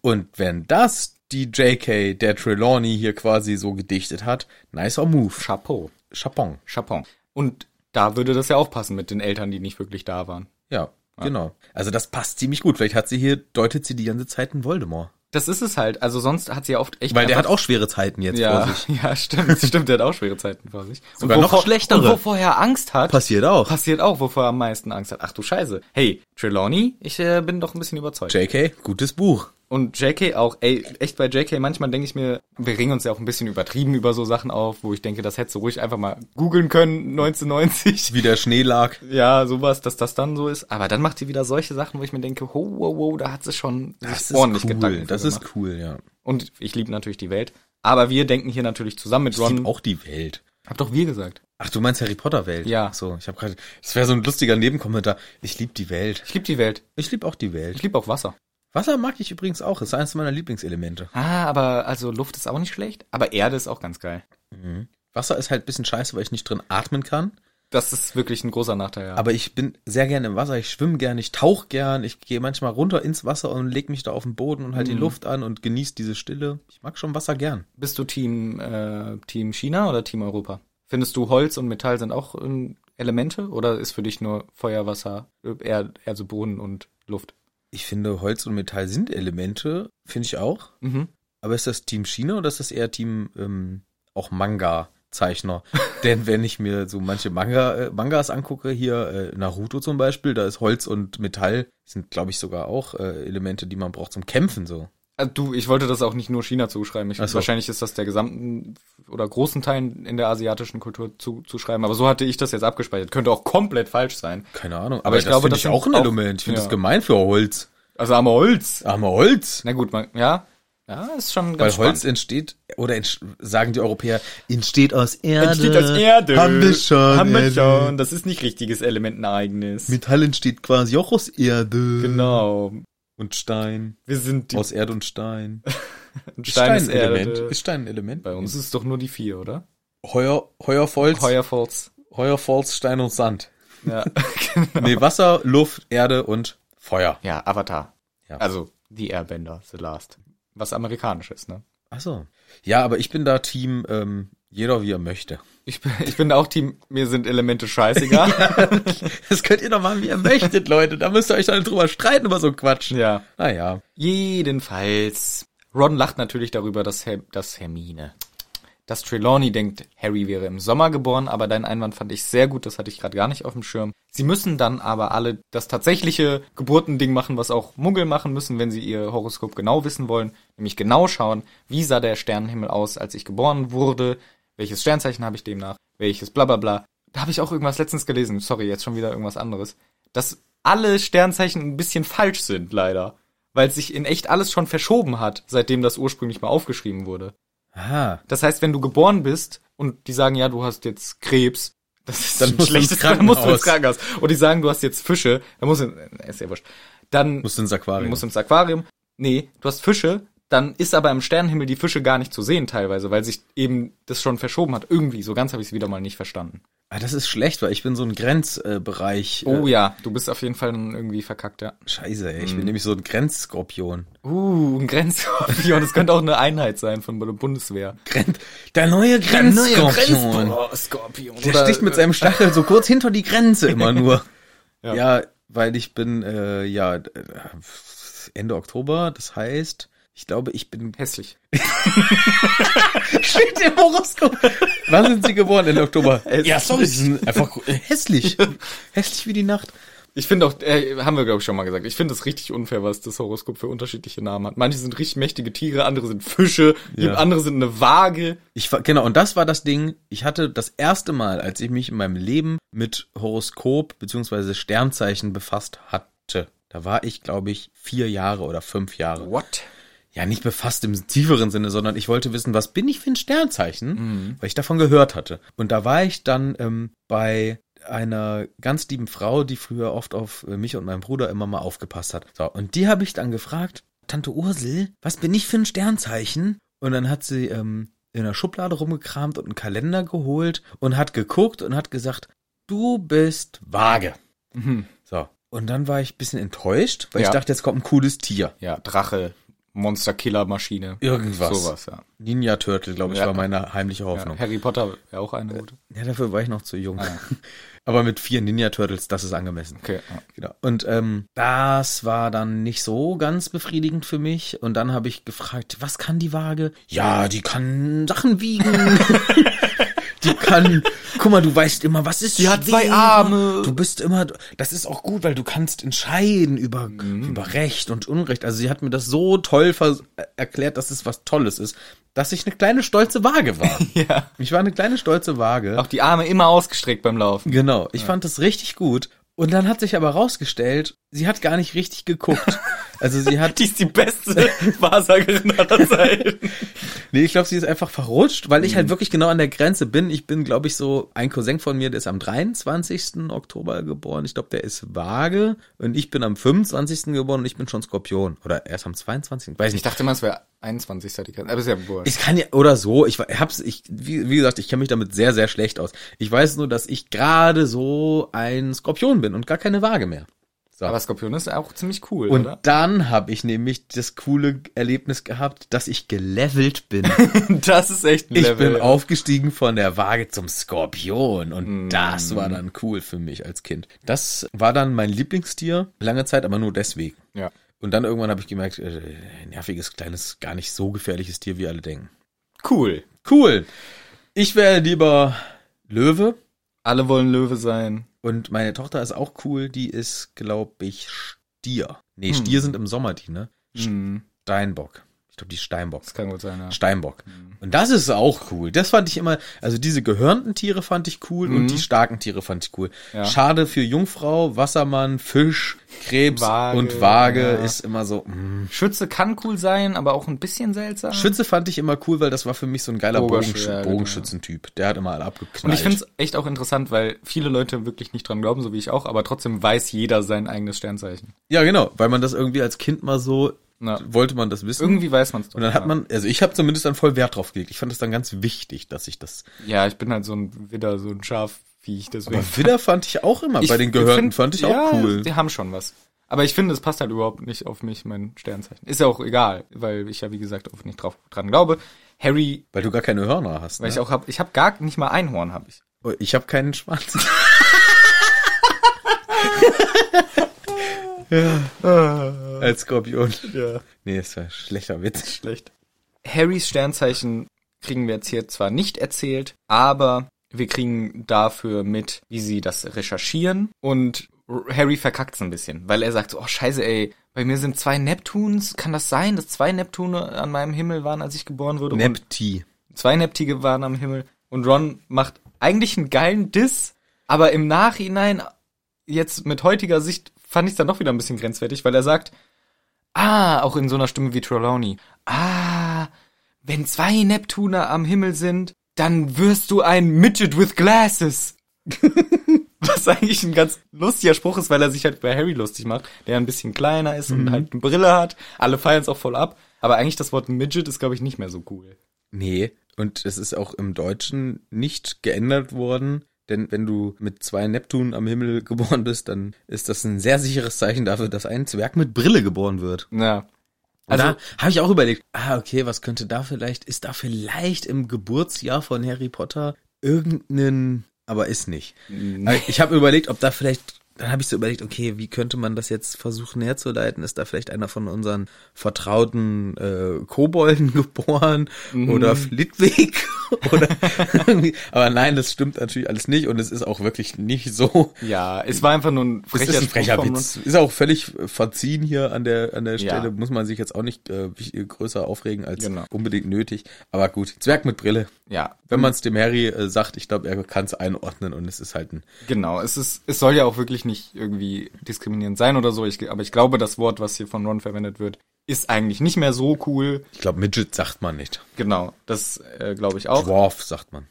Und wenn das die JK, der Trelawney hier quasi so gedichtet hat, nicer Move.
Chapeau.
Chapon.
Chapon. Und da würde das ja auch passen mit den Eltern, die nicht wirklich da waren.
Ja, genau. Also das passt ziemlich gut. Vielleicht hat sie hier, deutet sie die ganze Zeit einen Voldemort.
Das ist es halt. Also sonst hat sie ja oft echt.
Weil der hat
einfach-
auch schwere Zeiten jetzt
ja,
vor sich.
Ja, stimmt. Stimmt, der hat auch schwere Zeiten vor sich.
Sogar noch schlechtere.
Und wovor er Angst hat.
Passiert auch.
Passiert auch, wovor er am meisten Angst hat. Ach du Scheiße. Hey, Trelawney, ich äh, bin doch ein bisschen überzeugt.
JK, gutes Buch.
Und JK auch, ey, echt bei JK, manchmal denke ich mir, wir regen uns ja auch ein bisschen übertrieben über so Sachen auf, wo ich denke, das hättest du ruhig einfach mal googeln können, 1990.
Wie der Schnee lag.
Ja, sowas, dass das dann so ist. Aber dann macht sie wieder solche Sachen, wo ich mir denke, ho, wow, wow, da hat sie schon
Das
sich
ist
ordentlich
cool.
Gedanken
Das
für
ist
gemacht.
cool, ja.
Und ich liebe natürlich die Welt. Aber wir denken hier natürlich zusammen mit
Ich lieb
Ron.
auch die Welt.
Hab doch wir gesagt.
Ach, du meinst Harry Potter Welt?
Ja.
Ach so, ich habe gerade. Das wäre so ein lustiger Nebenkommentar. Ich lieb die Welt.
Ich liebe die Welt.
Ich lieb auch die
Ich
Welt.
liebe auch Wasser.
Wasser mag ich übrigens auch. Ist eines meiner Lieblingselemente.
Ah, aber also Luft ist auch nicht schlecht. Aber Erde ist auch ganz geil.
Wasser ist halt ein bisschen scheiße, weil ich nicht drin atmen kann.
Das ist wirklich ein großer Nachteil, ja.
Aber ich bin sehr gerne im Wasser. Ich schwimme gern, ich tauche gern. Ich gehe manchmal runter ins Wasser und leg mich da auf den Boden und halt die Luft an und genieße diese Stille. Ich mag schon Wasser gern.
Bist du Team, äh, Team China oder Team Europa? Findest du Holz und Metall sind auch ähm, Elemente oder ist für dich nur Feuer, Wasser, äh, Erd, also Boden und Luft?
Ich finde, Holz und Metall sind Elemente. Finde ich auch.
Mhm.
Aber ist das Team China oder ist das eher Team ähm, auch Manga? Zeichner. Denn wenn ich mir so manche Manga, äh, Mangas angucke, hier äh, Naruto zum Beispiel, da ist Holz und Metall, sind glaube ich sogar auch äh, Elemente, die man braucht zum Kämpfen so.
Ah, Du, ich wollte das auch nicht nur China zuschreiben. Ich
Ach so.
Wahrscheinlich ist das der gesamten oder großen Teilen in der asiatischen Kultur zu, zuschreiben. Aber so hatte ich das jetzt abgespeichert. Könnte auch komplett falsch sein.
Keine Ahnung. Aber,
ich glaube,
finde
das
ich
sind
auch ein
auch-
Element. Ich finde
ja.
das gemein für Holz.
Also am Holz.
Arme Holz.
Na gut, man, ja. Ja, ist schon
Weil
ganz
Holz
spannend.
entsteht, oder entst- sagen die Europäer, entsteht aus Erde.
Entsteht aus Erde.
Haben wir schon.
Haben wir
Erde.
schon. Das ist nicht richtiges Elementenereignis.
Metall entsteht quasi auch aus Erde.
genau.
Und Stein.
Wir sind die
aus Erde und Stein.
ein Stein Oh, ist
Element.
Erde.
Ist Stein ein Element?
Bei uns ist es doch nur die vier, oder?
Heuer, Heuerfolz, Heuer.
Heuerfalls.
Heuerfolz, Stein und Sand.
Ja, genau.
Nee, Wasser, Luft, Erde und Feuer.
Ja, Avatar.
Ja.
Also, die Airbender, The Last. Was amerikanisch ist, ne?
Ach so. Ja, aber ich bin da Team, ähm, jeder wie er möchte.
Ich bin, ich bin auch Team, mir sind Elemente scheißegal.
Das könnt ihr doch machen, wie ihr möchtet, Leute. Da müsst ihr euch doch nicht drüber streiten über so einen Quatsch.
ja.
Naja.
Jedenfalls. Ron lacht natürlich darüber, dass, Her dass Hermine, dass Trelawney denkt, Harry wäre im Sommer geboren, aber deinen Einwand fand ich sehr gut, das hatte ich gerade gar nicht auf dem Schirm. Sie müssen dann aber alle das tatsächliche Geburtending machen, was auch Muggel machen müssen, wenn sie ihr Horoskop genau wissen wollen, nämlich genau schauen, wie sah der Sternenhimmel aus, als ich geboren wurde, welches Sternzeichen habe ich demnach, welches bla bla bla. Da habe ich auch irgendwas letztens gelesen, sorry, jetzt schon wieder irgendwas anderes, dass alle Sternzeichen ein bisschen falsch sind, leider weil sich in echt alles schon verschoben hat, seitdem das ursprünglich mal aufgeschrieben wurde.
Ah.
Das heißt, wenn du geboren bist und die sagen, ja, du hast jetzt Krebs, das ist
Dann
ein
musst du ins
schlechtes dann musst du ins
Krankenhaus.
Krankenhaus. Und die sagen, du hast jetzt Fische, dann musst du, äh, ist ja wurscht. Dann
Musst ins Aquarium.
musst du ins Aquarium. Nee, du hast Fische, dann ist aber im Sternenhimmel die Fische gar nicht zu sehen teilweise, weil sich eben das schon verschoben hat. Irgendwie, so ganz habe ich es wieder mal nicht verstanden.
ah, das ist schlecht, weil ich bin so ein Grenzbereich. Äh,
Oh Mhm. ja, du bist auf jeden Fall irgendwie verkackt, ja.
Scheiße, ey. Ich bin nämlich so ein Grenzskorpion.
Uh, ein Grenzskorpion, das könnte auch eine Einheit sein von der Bundeswehr.
Grenz, der neue Grenzskorpion.
Skorpion.
der sticht
äh,
mit seinem Stachel so kurz hinter die Grenze immer nur. ja. weil ich bin, äh, ja, äh, Ende Oktober, das heißt, ich glaube, ich bin.
äh, hässlich.
Steht im Horoskop. Wann sind Sie geboren? Ende Oktober.
Ja, sorry.
Sie sind Einfach hässlich. hässlich wie die Nacht.
Ich finde auch, äh, haben wir glaube ich schon mal gesagt, ich finde es richtig unfair, was das Horoskop für unterschiedliche Namen hat. Manche sind richtig mächtige Tiere, andere sind Fische,
Ja.
andere sind eine Waage.
Ich war, genau, und das war das Ding. Ich hatte das erste Mal, als ich mich in meinem Leben mit Horoskop beziehungsweise Sternzeichen befasst hatte. Da war ich, glaube ich, vier Jahre oder fünf Jahre.
What?
Ja, nicht befasst im tieferen Sinne, sondern ich wollte wissen, was bin ich für ein Sternzeichen,
Mhm.
weil ich davon gehört hatte. Und da war ich dann ähm, bei einer ganz lieben Frau, die früher oft auf äh, mich und meinen Bruder immer mal aufgepasst hat. So, und die habe ich dann gefragt, Tante Ursel, was bin ich für ein Sternzeichen? Und dann hat sie ähm, in der Schublade rumgekramt und einen Kalender geholt und hat geguckt und hat gesagt, du bist Waage.
Mhm.
So. Und dann war ich ein bisschen enttäuscht, weil
Ja.
ich dachte, jetzt kommt ein cooles Tier.
Ja, Drache, Monster-Killer-Maschine.
Irgendwas.
Sowas, ja.
Ninja Turtle, glaube ich,
Ja.
war meine heimliche
ja.
Hoffnung. Ja,
Harry Potter wäre auch eine gute.
dafür war ich noch zu jung.
Ah.
Aber mit vier Ninja Turtles, das ist angemessen.
Okay. ja.
Genau. Und ähm, das war dann nicht so ganz befriedigend für mich. Und dann habe ich gefragt, was kann die Waage? Ja, die kann Sachen wiegen. die kann, guck mal, du weißt immer, was ist
Die hat
schwer.
zwei Arme.
Du bist immer, das ist auch gut, weil du kannst entscheiden über,
Mhm.
über Recht und Unrecht. Also sie hat mir das so toll vers- äh, erklärt, dass es was Tolles ist, dass ich eine kleine stolze Waage war.
Ja.
Ich war eine kleine stolze Waage.
Auch die Arme immer ausgestreckt beim Laufen.
Genau, ich fand das richtig gut. Und dann hat sich aber rausgestellt, sie hat gar nicht richtig geguckt. Also sie hat,
Die ist die beste Wahrsagerin aller Zeiten.
nee, ich glaube, sie ist einfach verrutscht, weil
Mhm.
ich halt wirklich genau an der Grenze bin. Ich bin, glaube ich, so ein Cousin von mir, der ist am 23. Oktober geboren. Ich glaube, der ist Waage und ich bin am 25. geboren und ich bin schon Skorpion oder erst am 22. Weiß
Ich
nicht.
dachte mal, es wäre 21. die Grenze. Aber ist ja wurscht.
Ich kann ja oder so, ich hab's ich wie, wie gesagt, ich kenne mich damit sehr sehr schlecht aus. Ich weiß nur, dass ich gerade so ein Skorpion bin und gar keine Waage mehr. So.
Aber Skorpion ist auch ziemlich cool,
Und
oder?
dann habe ich nämlich das coole Erlebnis gehabt, dass ich gelevelt bin.
Das ist echt ein
ich bin
ja.
aufgestiegen von der Waage zum Skorpion
Mm.
und das war dann cool für mich als Kind. Das war dann mein Lieblingstier, lange Zeit, aber nur deswegen.
Ja.
Und dann irgendwann habe ich gemerkt, äh, nerviges, kleines, gar nicht so gefährliches Tier, wie alle denken.
Cool.
Cool. Ich wäre lieber Löwe.
Alle wollen Löwe sein.
Und meine Tochter ist auch cool. Die ist, glaube ich, Stier. Nee, Stier sind im Sommer die, ne?
Hm,
Steinbock. Ich glaube, die ist Steinbock.
das kann gut sein, ja.
Steinbock.
Mhm.
Und das ist auch cool. Das fand ich immer, also diese gehörnten Tiere fand ich cool und die starken Tiere fand ich cool.
Mhm. Ja.
Schade für Jungfrau, Wassermann, Fisch, Krebs
Waage,
und Waage
ja.
ist immer so. mm.
Schütze kann cool sein, aber auch ein bisschen seltsam.
Schütze fand ich immer cool, weil das war für mich so ein geiler
Bogenschü-
Bogenschü
ja, genau.
Bogenschützentyp. Der hat immer alle abgeknallt.
Und ich finde es echt auch interessant, weil viele Leute wirklich nicht dran glauben, so wie ich auch, aber trotzdem weiß jeder sein eigenes Sternzeichen.
ja, genau, weil man das irgendwie als Kind mal so
Na.
wollte man das wissen.
Irgendwie weiß man es doch.
und dann hat man, also ich habe zumindest dann voll Wert drauf gelegt. Ich fand das dann ganz wichtig, dass ich das.
Ja, ich bin halt so ein Widder, so ein Schafviech, deswegen.
Aber Widder fand ich auch immer.
Ich-
Bei den Gehörnten
find-
fand ich
ja,
auch cool.
Die haben schon was. Aber ich finde, es passt halt überhaupt nicht auf mich, mein Sternzeichen. Ist ja auch egal, weil ich ja, wie gesagt, auch nicht drauf dran glaube. Harry,
Weil du gar keine Hörner hast.
weil
ne?
ich auch habe, ich habe gar nicht mal Einhorn, habe ich.
Oh, Ich habe keinen Schwanz. ja. Als Skorpion.
Ja,
Nee, das war ein schlechter Witz.
schlecht. Harrys Sternzeichen kriegen wir jetzt hier zwar nicht erzählt, aber wir kriegen dafür mit, wie sie das recherchieren. Und R- Harry verkackt's ein bisschen, weil er sagt so, oh scheiße, ey, bei mir sind zwei Neptuns. Kann das sein, dass zwei Neptune an meinem Himmel waren, als ich geboren wurde? Und-
Nepti.
zwei Neptige waren am Himmel und Ron macht eigentlich einen geilen Diss, aber im Nachhinein, jetzt mit heutiger Sicht, fand ich es dann doch wieder ein bisschen grenzwertig, weil er sagt, ah, auch in so einer Stimme wie Trelawney, ah, wenn zwei Neptuner am Himmel sind, dann wirst du ein Midget with Glasses. Was eigentlich ein ganz lustiger Spruch ist, weil er sich halt bei Harry lustig macht, der ein bisschen kleiner ist und halt eine Brille hat. Alle feiern es auch voll ab. Aber eigentlich das Wort Midget ist, glaube ich, nicht mehr so cool.
Nee, und es ist auch im Deutschen nicht geändert worden. Denn wenn du mit zwei Neptunen am Himmel geboren bist, dann ist das ein sehr sicheres Zeichen dafür, dass ein Zwerg mit Brille geboren wird.
Ja.
Und
Also-
also habe ich auch überlegt, ah, okay, was könnte da vielleicht, ist da vielleicht im Geburtsjahr von Harry Potter irgendeinen, aber ist nicht. Aber Ich habe überlegt, ob da vielleicht, dann habe ich so überlegt, okay, wie könnte man das jetzt versuchen herzuleiten? Ist da vielleicht einer von unseren vertrauten äh, Kobolden geboren oder Flitwick? oder irgendwie. aber nein, das stimmt natürlich alles nicht und es ist auch wirklich nicht so.
Ja, es war einfach nur ein
Es
frecher,
ist ein frecher
Spruch vom
Witz. Ist auch völlig äh, verziehen hier an der, an der
Ja.
Stelle. Muss man sich jetzt auch nicht äh, wich- größer aufregen als
Genau.
unbedingt nötig. Aber gut, Zwerg mit Brille.
Ron. Ja,
Wenn man es dem Harry äh, sagt, ich glaube, er kann es einordnen und es ist halt ein.
genau. Es ist, es soll ja auch wirklich nicht irgendwie diskriminierend sein oder so. Ich, aber ich glaube, das Wort, was hier von Ron verwendet wird, ist eigentlich nicht mehr so cool.
Ich glaube, Midget sagt man nicht.
Genau, das äh, glaube ich auch.
Dwarf sagt man.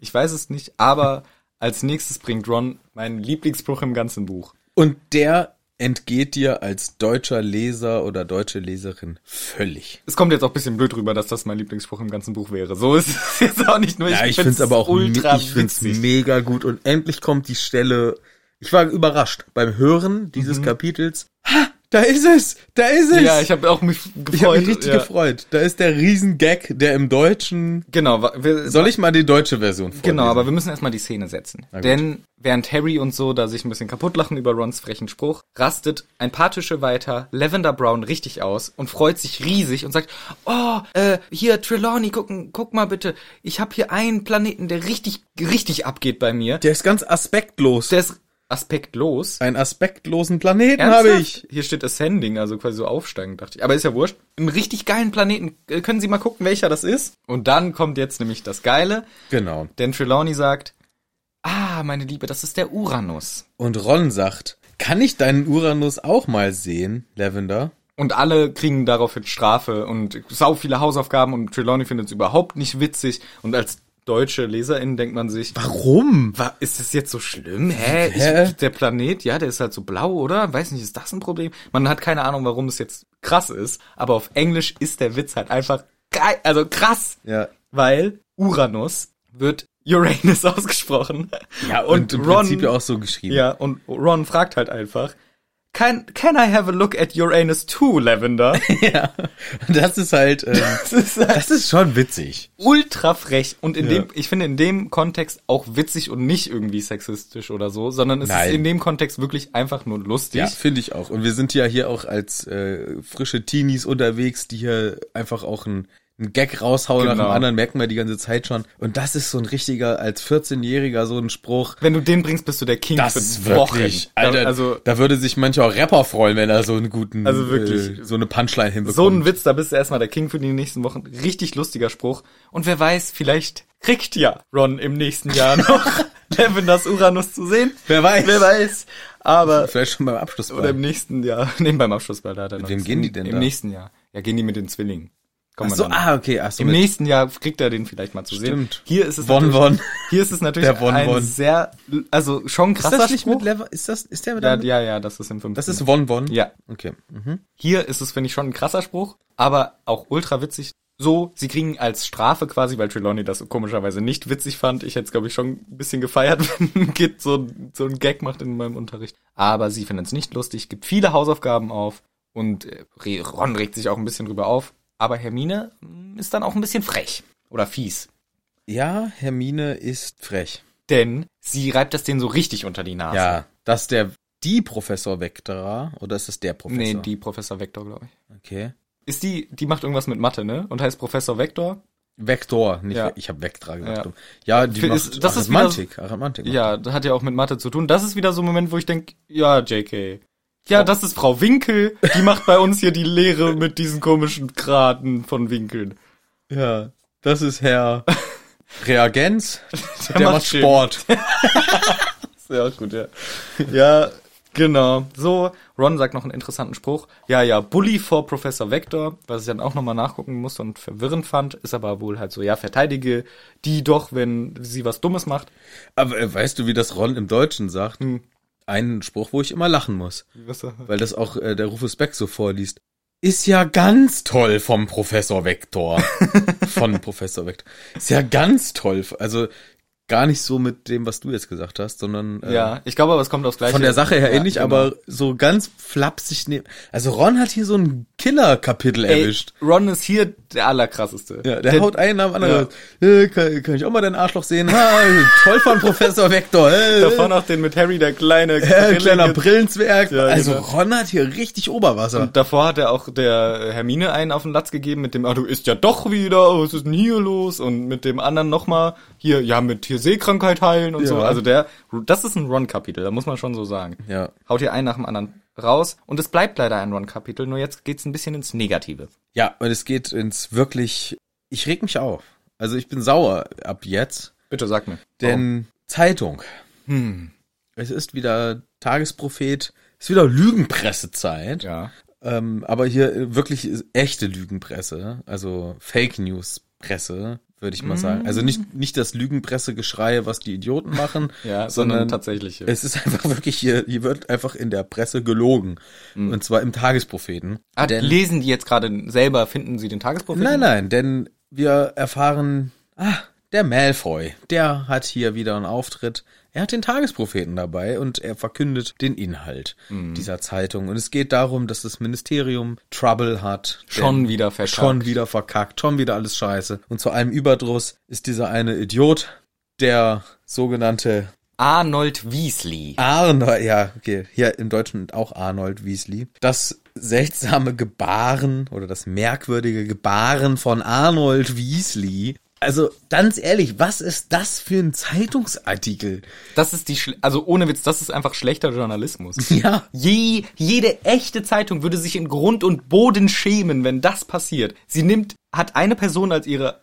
Ich weiß es nicht, aber als nächstes bringt Ron meinen Lieblingsspruch im ganzen Buch.
Und der entgeht dir als deutscher Leser oder deutsche Leserin völlig.
Es kommt jetzt auch ein bisschen blöd rüber, dass das mein Lieblingsspruch im ganzen Buch wäre. So ist es jetzt auch nicht nur.
Ja, ich
find's
finde es aber auch
ultra
ultra ich find's
witzig.
mega gut und endlich kommt die Stelle. Ich war überrascht beim Hören dieses Kapitels. Mhm. Ha, da ist es, da ist es.
Ja, ich habe auch mich
Ich habe
gefreut.
mich richtig
ja.
gefreut. Da ist der Riesengag, der im Deutschen.
Genau, wa- wir,
Soll ich mal die deutsche Version vorlesen?
Genau, aber wir müssen erstmal die Szene setzen.
gut.
Denn während Harry und so da sich ein bisschen kaputt lachen über Rons frechen Spruch, rastet ein paar Tische weiter Lavender Brown richtig aus und freut sich riesig und sagt, oh, äh, hier Trelawney, gucken, guck mal bitte, ich habe hier einen Planeten, der richtig, richtig abgeht bei mir.
Der ist ganz aspektlos.
Der ist aspektlos.
Einen aspektlosen Planeten
Ernsthaft?
habe ich.
Hier steht Ascending, also quasi so aufsteigend, dachte ich. Aber ist ja wurscht. Einen richtig geilen Planeten. Äh, Können Sie mal gucken, welcher das ist? Und dann kommt jetzt nämlich das Geile.
Genau.
Denn Trelawney sagt, ah, meine Liebe, das ist der Uranus.
Und Ron sagt, kann ich deinen Uranus auch mal sehen, Lavender?
Und alle kriegen daraufhin Strafe und sau viele Hausaufgaben und Trelawney findet es überhaupt nicht witzig. Und als deutsche LeserInnen denkt man sich,
Warum?
wa- ist das jetzt so schlimm? Hä?
Hä?
Ich, der Planet, ja, der ist halt so blau, oder? Weiß nicht, ist das ein Problem? Man hat keine Ahnung, warum es jetzt krass ist, aber auf Englisch ist der Witz halt einfach geil, also krass.
Ja.
Weil Uranus wird Uranus ausgesprochen.
Ja, und, im Prinzip ja auch so geschrieben.
Ja, und Ron fragt halt einfach, can, can I have a look at your anus too, Lavender?
ja. Das ist halt, ähm,
Das ist halt
das ist schon witzig.
ultra frech und in
Ja.
dem, ich finde in dem Kontext auch witzig und nicht irgendwie sexistisch oder so, sondern es
Nein.
ist in dem Kontext wirklich einfach nur lustig.
Ja, finde ich auch. Und wir sind ja hier auch als äh, frische Teenies unterwegs, die hier einfach auch ein, einen Gag raushaue nach
Genau.
dem anderen, merken wir die ganze Zeit schon. Und das ist so ein richtiger, als 14-Jähriger so ein Spruch.
Wenn du den bringst, bist du der King
Das
für
ist
Wochen.
wirklich,
Da-
Alter,
also
da würde sich mancher auch Rapper freuen, wenn er so einen guten,
Also wirklich.
äh, so eine Punchline hinbekommt.
so ein Witz, da bist du erstmal der King für die nächsten Wochen. Richtig lustiger Spruch. Und wer weiß, vielleicht kriegt ja Ron im nächsten Jahr noch Levin das Uranus zu sehen.
Wer weiß.
Wer weiß. Aber
Vielleicht schon beim Abschlussball.
Oder im nächsten Jahr. Nehmen beim Abschlussball da. Mit
wem gehen die denn
Im
da?
nächsten Jahr. Ja, gehen die mit den Zwillingen.
ach
Kommen wir
so,
dann.
ah, okay, ach so.
Im
mit-
nächsten Jahr kriegt er den vielleicht mal zu sehen.
Stimmt.
Hier ist es
Won,
natürlich,
won.
Hier ist es natürlich
Der Won,
ein
won.
sehr, also schon ein
ist
krasser
das nicht
Spruch.
mit Lever, ist das, ist der mit
ja,
Lever-
ja, ja, das ist im fünften.
Das ist Won Won?
Ja.
Okay. Mhm.
Hier ist es, finde ich, schon ein krasser Spruch, aber auch ultra witzig. So, sie kriegen als Strafe quasi, weil Trelawney das komischerweise nicht witzig fand. Ich hätte es, glaube ich, schon ein bisschen gefeiert, wenn ein Kid so, so einen Gag macht in meinem Unterricht. Aber sie finden es nicht lustig, gibt viele Hausaufgaben auf und äh, Re- Ron regt sich auch ein bisschen drüber auf. Aber Hermine mm, ist dann auch ein bisschen frech oder fies.
Ja, Hermine ist frech.
Denn sie reibt das denen so richtig unter die Nase.
Ja, dass der, die Professor Vectora, oder ist das der Professor?
Nee, die Professor Vector, glaube ich.
Okay.
Ist die, die macht irgendwas mit Mathe, ne? Und heißt Professor Vector.
Vector, nicht,
Ja.
Ve- ich habe Vectra gesagt.
Ja.
Ja, die
Für-
macht
ist- das ist wieder-
Arithmantik. Arithmantik. macht
Ja, das hat ja auch mit Mathe zu tun. Das ist wieder so ein Moment, wo ich denke, ja, JK. Ja, das ist Frau Winkel, die macht bei uns hier die Lehre mit diesen komischen Graten von Winkeln.
Ja, das ist Herr Reagenz. Der,
macht
macht
Gym.
Sport.
Sehr gut, ja. Ja, genau. So, Ron sagt noch einen interessanten Spruch. Ja, ja, Bully vor Professor Vector, was ich dann auch nochmal nachgucken musste und verwirrend fand, ist aber wohl halt so, ja, verteidige die doch, wenn sie was Dummes macht.
Aber äh, weißt du, wie das Ron im Deutschen sagt?
Hm.
Einen Spruch, wo ich immer lachen muss, weil das auch äh, der Rufus Beck so vorliest. Ist ja ganz toll vom Professor Vektor. Von Professor Vektor. Ist ja ganz toll. Also gar nicht so mit dem, was du jetzt gesagt hast, sondern äh,
Ja, ich glaube aber, es kommt aufs Gleiche.
von der Sache her eh
Ja,
ähnlich,
genau.
aber so ganz flapsig. Ne also Ron hat hier so ein Killer-Kapitel
Ey,
erwischt.
Ron ist hier der allerkrasseste.
Ja, der, haut einen am
Ja.
anderen. Äh, kann, kann ich auch mal dein Arschloch sehen? Ha, toll von Professor Vector. Äh,
Davor noch den mit Harry, der kleine
äh,
Brille-
kleiner Brillenzwerg.
Ja,
also
genau.
Ron hat hier richtig Oberwasser.
Und davor hat er auch der Hermine einen auf den Latz gegeben mit dem, ah, du isst ja doch wieder, oh, was ist denn hier los? Und mit dem anderen nochmal, hier, ja, mit hier Seekrankheit heilen und so.
Ja.
Also der, das ist ein Ron-Kapitel, da muss man schon so sagen.
Ja.
Haut hier einen nach dem anderen raus. Und es bleibt leider ein Ron-Kapitel, nur jetzt geht's ein bisschen ins Negative.
ja, und es geht ins wirklich. Ich reg mich auf. Also ich bin sauer ab jetzt.
Bitte sag mir.
Denn Zeitung.
Oh. Hm.
Es ist wieder Tagesprophet. Es ist wieder Lügenpressezeit.
Ja.
Ähm, aber hier wirklich echte Lügenpresse, also Fake News Presse, würde
Hm.
ich mal sagen. Also nicht, nicht das Lügenpressegeschrei, was die Idioten machen,
Ja, sondern tatsächliche.
Es ist einfach wirklich hier, hier wird einfach in der Presse gelogen.
Hm.
Und zwar im Tagespropheten.
Ah,
Denn-
lesen die jetzt gerade selber, finden sie den Tagespropheten?
Nein, nein, denn wir erfahren, ah, der Malfoy, der hat hier wieder einen Auftritt. Er hat den Tagespropheten dabei und er verkündet den Inhalt
Mhm.
dieser Zeitung. Und es geht darum, dass das Ministerium Trouble hat.
Schon
denn-
wieder verkackt.
Schon wieder verkackt, schon wieder alles scheiße. Und zu einem Überdruss ist dieser eine Idiot, der sogenannte
Arnold
Ah.
Weasley.
Arnold, ja, okay, hier im Deutschen auch Arnold Weasley. Das seltsame Gebaren oder das merkwürdige Gebaren von Arnold Weasley. Also ganz ehrlich, was ist das für ein Zeitungsartikel?
Das ist die, schle- also ohne Witz, das ist einfach schlechter Journalismus.
Ja.
Je, jede echte Zeitung würde sich in Grund und Boden schämen, wenn das passiert. Sie nimmt, hat eine Person als ihre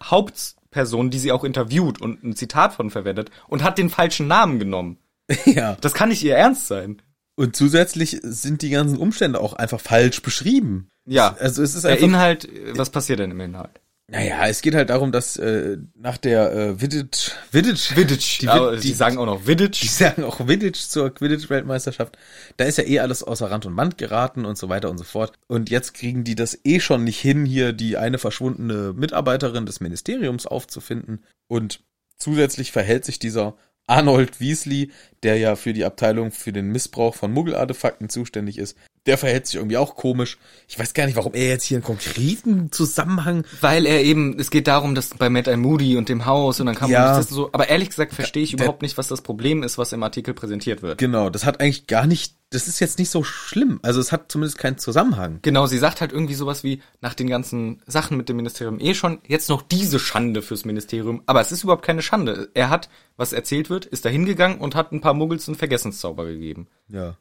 Hauptperson, die sie auch interviewt und ein Zitat von verwendet und hat den falschen Namen genommen.
Ja.
Das kann nicht ihr Ernst sein.
Und zusätzlich sind die ganzen Umstände auch einfach falsch beschrieben.
Ja.
Also es ist
Der
einfach
Inhalt, äh, was passiert denn im Inhalt?
Naja, es geht halt darum, dass äh, nach der äh, Vidditch, Vidditch,
Vidditch.
die,
Aber
Vid-
sie
die,
sagen auch noch Vidditch.
die sagen auch Vidditch zur Quidditch-Weltmeisterschaft. Da ist ja eh alles außer Rand und Band geraten und so weiter und so fort. Und jetzt kriegen die das eh schon nicht hin, hier die eine verschwundene Mitarbeiterin des Ministeriums aufzufinden. Und zusätzlich verhält sich dieser Arnold Weasley, der ja für die Abteilung für den Missbrauch von Muggelartefakten zuständig ist, der verhält sich irgendwie auch komisch. Ich weiß gar nicht, warum er jetzt hier einen konkreten Zusammenhang.
Weil er eben, es geht darum, dass bei Matt and Moody und dem Haus und dann kann man
Ja.
nicht testen, so. Aber ehrlich gesagt verstehe ich
Der-
überhaupt nicht, was das Problem ist, was im Artikel präsentiert wird.
Genau, das hat eigentlich gar nicht, das ist jetzt nicht so schlimm. Also es hat zumindest keinen Zusammenhang.
Genau, sie sagt halt irgendwie sowas wie, nach den ganzen Sachen mit dem Ministerium eh schon, jetzt noch diese Schande fürs Ministerium. Aber es ist überhaupt keine Schande. Er hat, was erzählt wird, ist da hingegangen und hat ein paar Muggels einen Vergessenszauber gegeben.
Ja.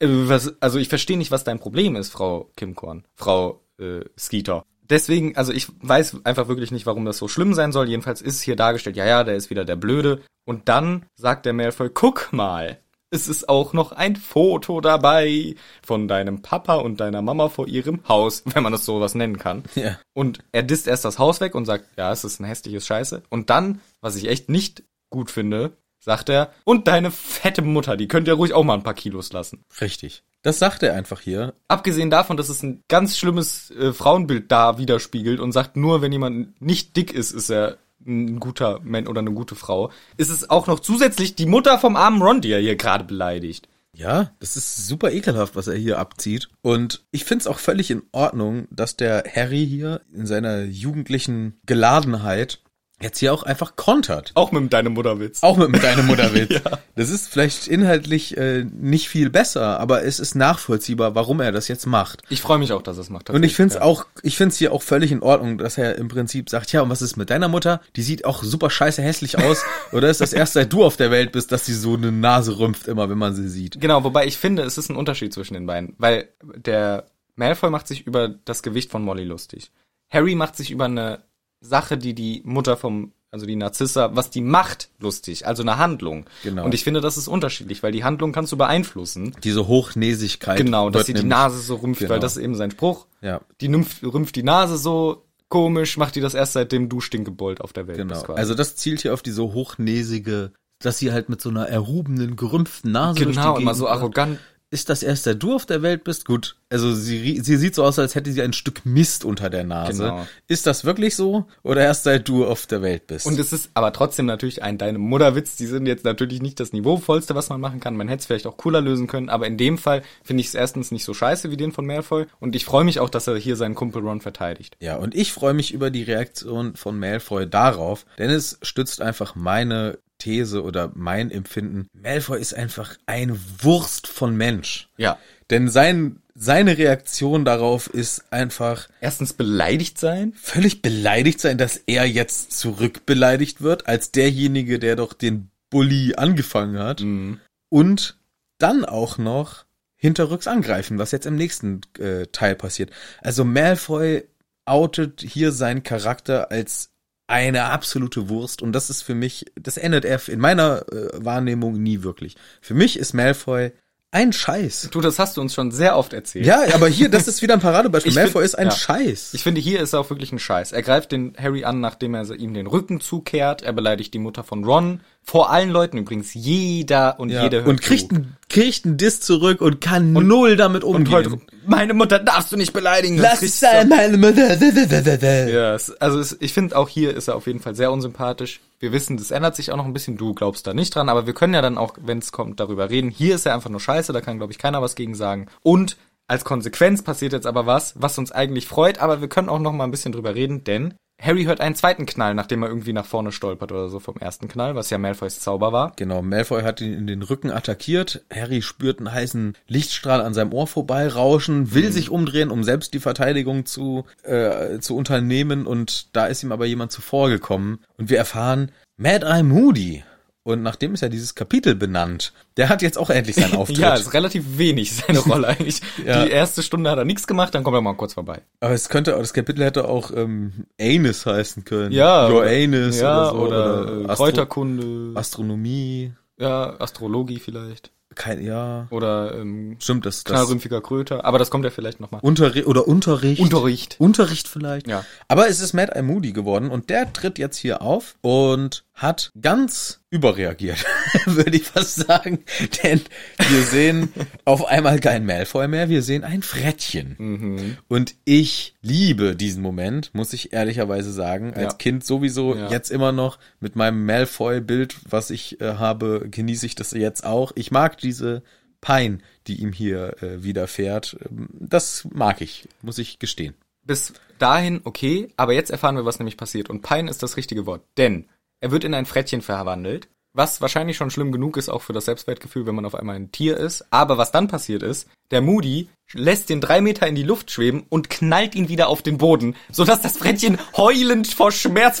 Äh, Was, also ich verstehe nicht, was dein Problem ist, Frau Kimkorn, Frau äh, Skeeter. Deswegen, also ich weiß einfach wirklich nicht, warum das so schlimm sein soll. Jedenfalls ist hier dargestellt, ja, ja, der ist wieder der Blöde. Und dann sagt der Malfoy, guck mal, es ist auch noch ein Foto dabei von deinem Papa und deiner Mama vor ihrem Haus, wenn man das sowas nennen kann.
Ja.
Und er disst erst das Haus weg und sagt, ja, es ist ein hässliches Scheiße. Und dann, was ich echt nicht gut finde, sagt er, und deine fette Mutter, die könnt ihr ruhig auch mal ein paar Kilos lassen.
Richtig. Das sagt er einfach hier.
Abgesehen davon, dass es ein ganz schlimmes äh, Frauenbild da widerspiegelt und sagt, nur wenn jemand nicht dick ist, ist er ein guter Mann oder eine gute Frau, ist es auch noch zusätzlich die Mutter vom armen Ron, die er hier gerade beleidigt.
Ja, das ist super ekelhaft, was er hier abzieht. Und ich find's auch völlig in Ordnung, dass der Harry hier in seiner jugendlichen Geladenheit jetzt hier auch einfach kontert.
Auch mit deinem Mutterwitz.
Auch mit, mit deinem Mutterwitz. Das ist vielleicht inhaltlich äh, nicht viel besser, aber es ist nachvollziehbar, warum er das jetzt macht.
Ich freue mich auch, dass er es macht.
Und ich finde es
tatsächlich,
auch, ich finde es hier auch völlig in Ordnung, dass er im Prinzip sagt, ja, und was ist mit deiner Mutter? Die sieht auch super scheiße hässlich aus. Oder ist das erst seit du auf der Welt bist, dass sie so eine Nase rümpft immer, wenn man sie sieht?
Genau, wobei ich finde, es ist ein Unterschied zwischen den beiden, weil der Malfoy macht sich über das Gewicht von Molly lustig. Harry macht sich über eine Sache, die die Mutter vom, also die Narzissa, was die macht, lustig, also eine Handlung.
Genau.
Und ich finde, das ist unterschiedlich, weil die Handlung kannst du beeinflussen.
Diese Hochnäsigkeit.
Genau, dass
wird
sie die
nämlich-
Nase so rümpft, weil
Genau.
das ist eben sein Spruch.
Ja.
Die nymph, rümpft die Nase so komisch, macht die das erst seitdem du stinkebold auf der Welt
Genau.
bist. quasi.
Also das zielt hier auf diese hochnäsige, dass sie halt mit so einer erhobenen, gerümpften Nase durch die
genau, immer
Gegend
so
läuft.
arrogant.
Ist das erst seit du auf der Welt bist? Gut. Also sie, rie- sie sieht so aus, als hätte sie ein Stück Mist unter der Nase.
Genau.
Ist das wirklich so? Oder erst seit du auf der Welt bist?
Und es ist aber trotzdem natürlich ein deine Mutterwitz. Die sind jetzt natürlich nicht das niveauvollste, was man machen kann. Man hätte es vielleicht auch cooler lösen können, aber in dem Fall finde ich es erstens nicht so scheiße wie den von Malfoy. Und ich freue mich auch, dass er hier seinen Kumpel Ron verteidigt.
Ja, und ich freue mich über die Reaktion von Malfoy darauf, denn es stützt einfach meine These oder mein Empfinden. Malfoy ist einfach eine Wurst von Mensch.
Ja.
Denn sein, seine Reaktion darauf ist einfach
Erstens beleidigt sein.
völlig beleidigt sein, dass er jetzt zurückbeleidigt wird als derjenige, der doch den Bully angefangen hat.
Mhm.
Und dann auch noch hinterrücks angreifen, was jetzt im nächsten äh, Teil passiert. Also Malfoy outet hier seinen Charakter als eine absolute Wurst und das ist für mich, das endet er in meiner äh, Wahrnehmung nie wirklich. Für mich ist Malfoy ein Scheiß.
Du, das hast du uns schon sehr oft erzählt.
Ja, aber hier, das ist wieder ein Paradebeispiel.
Ich find-
Malfoy ist ein
ja.
Scheiß.
Ich finde, hier ist er auch wirklich ein Scheiß. Er greift den Harry an, nachdem er ihm den Rücken zukehrt. Er beleidigt die Mutter von Ron. Vor allen Leuten übrigens. Jeder und
Ja,
jede hört
und kriegt
zu.
einen, kriegt einen Diss zurück und kann null damit
und heute,
umgehen.
meine Mutter darfst du nicht beleidigen. das kriegst du.
meine Mutter. Da, da, da, da, da.
Ja, es, also es, ich finde auch hier ist er auf jeden Fall sehr unsympathisch. Wir wissen, das ändert sich auch noch ein bisschen. Du glaubst da nicht dran, aber wir können ja dann auch, wenn es kommt, darüber reden. Hier ist er einfach nur scheiße, da kann, glaube ich, keiner was gegen sagen. Und als Konsequenz passiert jetzt aber was, was uns eigentlich freut, aber wir können auch noch mal ein bisschen drüber reden, denn Harry hört einen zweiten Knall, nachdem er irgendwie nach vorne stolpert oder so vom ersten Knall, was ja Malfoys Zauber war.
Genau, Malfoy hat ihn in den Rücken attackiert. Harry spürt einen heißen Lichtstrahl an seinem Ohr vorbeirauschen, will sich umdrehen, um selbst die Verteidigung zu, äh, zu unternehmen. Und da ist ihm aber jemand zuvorgekommen. Und wir erfahren, Mad Eye Moody. Und nachdem ist ja dieses Kapitel benannt. Der hat jetzt auch endlich seinen Auftritt.
Ja, ist relativ wenig seine Rolle eigentlich.
Ja.
Die erste Stunde hat er nichts gemacht, dann kommt er mal kurz vorbei.
Aber es könnte, das Kapitel hätte auch ähm, Anus heißen können.
Ja,
Your
oder-
Anus oder
ja,
so.
oder, äh,
Astro-
Kräuterkunde,
Astronomie.
ja, Astrologie vielleicht.
Kein, ja.
Oder ähm,
Stimmt, das, das
knallrümpfiger Kröter. Aber das kommt ja vielleicht nochmal.
Unterri oder Unterricht.
Unterricht.
Unterricht vielleicht.
Ja.
Aber es ist Matt I. Moody geworden und der tritt jetzt hier auf und hat ganz überreagiert, würde ich fast sagen. Denn wir sehen auf einmal kein Malfoy mehr, wir sehen ein Frettchen.
Mhm.
Und ich liebe diesen Moment, muss ich ehrlicherweise sagen. Als
Ja.
Kind sowieso,
Ja.
jetzt immer noch mit meinem Malfoy-Bild, was ich äh, habe, genieße ich das jetzt auch. Ich mag diese Pein, die ihm hier äh, widerfährt. Ähm, Das mag ich, muss ich gestehen.
Bis dahin okay, aber jetzt erfahren wir, was nämlich passiert. Und Pein ist das richtige Wort, denn er wird in ein Frettchen verwandelt, was wahrscheinlich schon schlimm genug ist, auch für das Selbstwertgefühl, wenn man auf einmal ein Tier ist. Aber was dann passiert ist, der Moody lässt den drei Meter in die Luft schweben und knallt ihn wieder auf den Boden, sodass das Frettchen heulend vor Schmerz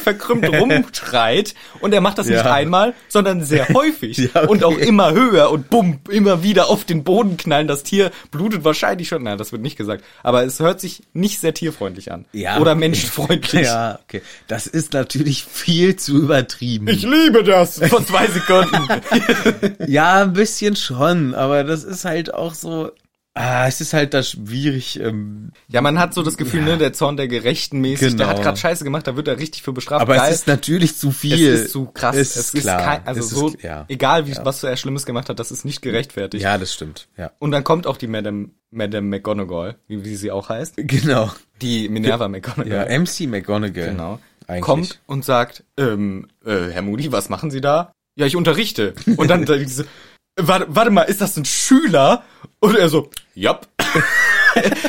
verkrümmt rumschreit. Und er macht das nicht
Ja.
einmal, sondern sehr häufig
Ja, okay.
und auch immer höher und bumm, immer wieder auf den Boden knallen. Das Tier blutet wahrscheinlich schon. Nein, das wird nicht gesagt. Aber es hört sich nicht sehr tierfreundlich an.
Ja.
Oder menschenfreundlich.
Ja, okay. Das ist natürlich viel zu übertrieben.
liebe das. Vor zwei Sekunden.
Ja, ein bisschen schon, aber das ist halt auch so. Ah, es ist halt da schwierig. Ähm,
ja, man hat so das Gefühl, ne, der Zorn der Gerechten mäßig,
Genau.
der hat gerade Scheiße gemacht, da wird er richtig für bestraft.
aber
Geil.
es ist natürlich zu
Es
viel.
ist zu krass.
Es ist klar.
kein, also
es
so,
ist, ja.
egal wie, was er Schlimmes gemacht hat, das ist nicht gerechtfertigt.
ja, das stimmt. Ja,
Und dann kommt auch die Madame, Madame McGonagall, wie, wie sie auch heißt,
genau.
die Minerva McGonagall.
Ja, MC McGonagall.
Genau.
Eigentlich.
Kommt und sagt, ähm, äh, Herr Moody, was machen Sie da? Ja, ich unterrichte. Und dann diese, warte, warte mal, ist das ein Schüler? Und er so, ja.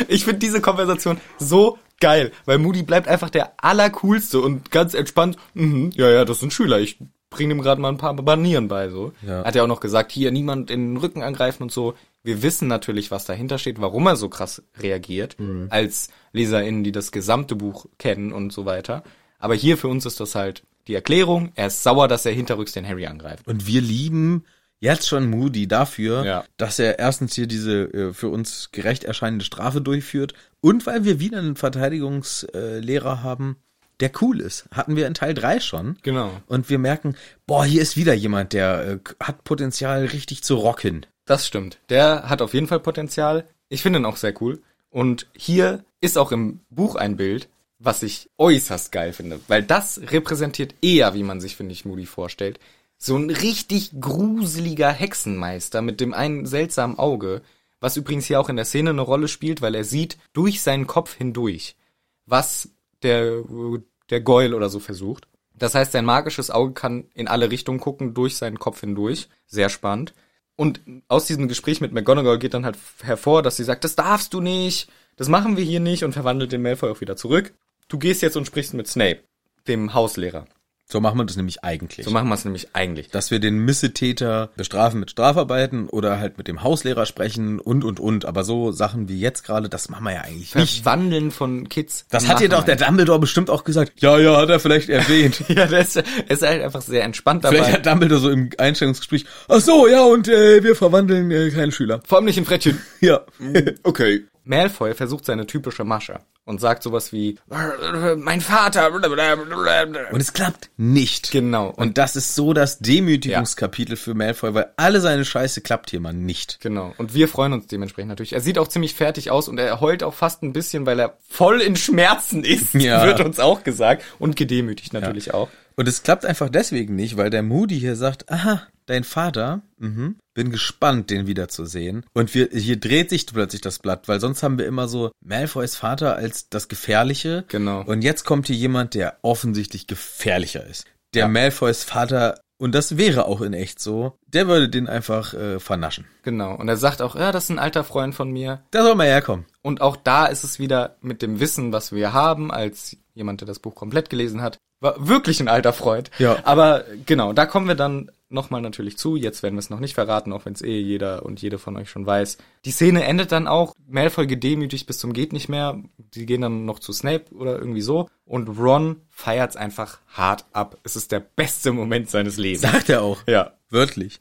ich finde diese Konversation so geil, weil Moody bleibt einfach der allercoolste und ganz entspannt, mhm, ja, ja, das ist ein Schüler, ich bring ihm gerade mal ein paar Manieren bei, so.
Ja.
Hat er auch noch gesagt, hier, niemand in den Rücken angreifen und so. Wir wissen natürlich, was dahinter steht, warum er so krass reagiert, als LeserInnen, die das gesamte Buch kennen und so weiter. Aber hier für uns ist das halt die Erklärung, er ist sauer, dass er hinterrücks den Harry angreift.
Und wir lieben jetzt schon Moody dafür,
Ja.
dass er erstens hier diese äh, für uns gerecht erscheinende Strafe durchführt und weil wir wieder einen Verteidigungslehrer äh, Lehrer haben, der cool ist. Hatten wir in Teil 3 schon.
Genau.
Und wir merken, boah, hier ist wieder jemand, der äh, hat Potenzial richtig zu rocken.
Das stimmt. Der hat auf jeden Fall Potenzial. Ich finde ihn auch sehr cool. Und hier ist auch im Buch ein Bild, was ich äußerst geil finde, weil das repräsentiert eher, wie man sich, finde ich, Moody vorstellt, so ein richtig gruseliger Hexenmeister mit dem einen seltsamen Auge, was übrigens hier auch in der Szene eine Rolle spielt, weil er sieht durch seinen Kopf hindurch, was der, der Goyle oder so versucht. Das heißt, sein magisches Auge kann in alle Richtungen gucken, durch seinen Kopf hindurch. Sehr spannend. Und aus diesem Gespräch mit McGonagall geht dann halt hervor, dass sie sagt, das darfst du nicht, das machen wir hier nicht und verwandelt den Malfoy auch wieder zurück. Du gehst jetzt und sprichst mit Snape, dem Hauslehrer.
So machen wir das nämlich eigentlich.
So machen wir es nämlich eigentlich.
dass wir den Missetäter bestrafen mit Strafarbeiten oder halt mit dem Hauslehrer sprechen und und und. Aber so Sachen wie jetzt gerade, das machen wir ja eigentlich nicht.
Verwandeln von Kids.
Das hat dir doch
machen
der Dumbledore bestimmt auch gesagt. Ja, ja, hat er vielleicht erwähnt.
wir. Ja, der ist, er ist halt einfach sehr entspannt dabei.
vielleicht hat Dumbledore so im Einstellungsgespräch. Ach so, ja, und äh, wir verwandeln äh, keine Schüler.
Vor allem nicht in Frettchen.
Ja.
Okay. Malfoy versucht seine typische Masche und sagt sowas wie, mein Vater.
Und es klappt nicht.
Genau.
Und das ist so das Demütigungskapitel für Malfoy, weil alle seine Scheiße klappt hier mal nicht.
Genau. Und wir freuen uns dementsprechend natürlich. Er sieht auch ziemlich fertig aus und er heult auch fast ein bisschen, weil er voll in Schmerzen ist,
Ja.
wird uns auch gesagt. Und gedemütigt natürlich auch.
Und es klappt einfach deswegen nicht, weil der Moody hier sagt, aha, dein Vater, mhm, bin gespannt, den wiederzusehen. Und wir, hier dreht sich plötzlich das Blatt, weil sonst haben wir immer so Malfoys Vater als das Gefährliche.
Genau.
Und jetzt kommt hier jemand, der offensichtlich gefährlicher ist. Der Malfoys Vater, und das wäre auch in echt so, der würde den einfach äh, vernaschen.
Genau. Und er sagt auch, ja, das ist ein alter Freund von mir.
Da soll mal herkommen.
Und auch da ist es wieder mit dem Wissen, was wir haben, als jemand, der das Buch komplett gelesen hat, war wirklich ein alter Freund.
Ja.
Aber genau, da kommen wir dann nochmal natürlich zu. Jetzt werden wir es noch nicht verraten, auch wenn es eh jeder und jede von euch schon weiß. Die Szene endet dann auch Malfoy gedemütigt bis zum geht nicht mehr. Sie gehen dann noch zu Snape oder irgendwie so. Und Ron feiert's einfach hart ab. Es ist der beste Moment seines Lebens.
Sagt er auch.
Ja.
Wörtlich.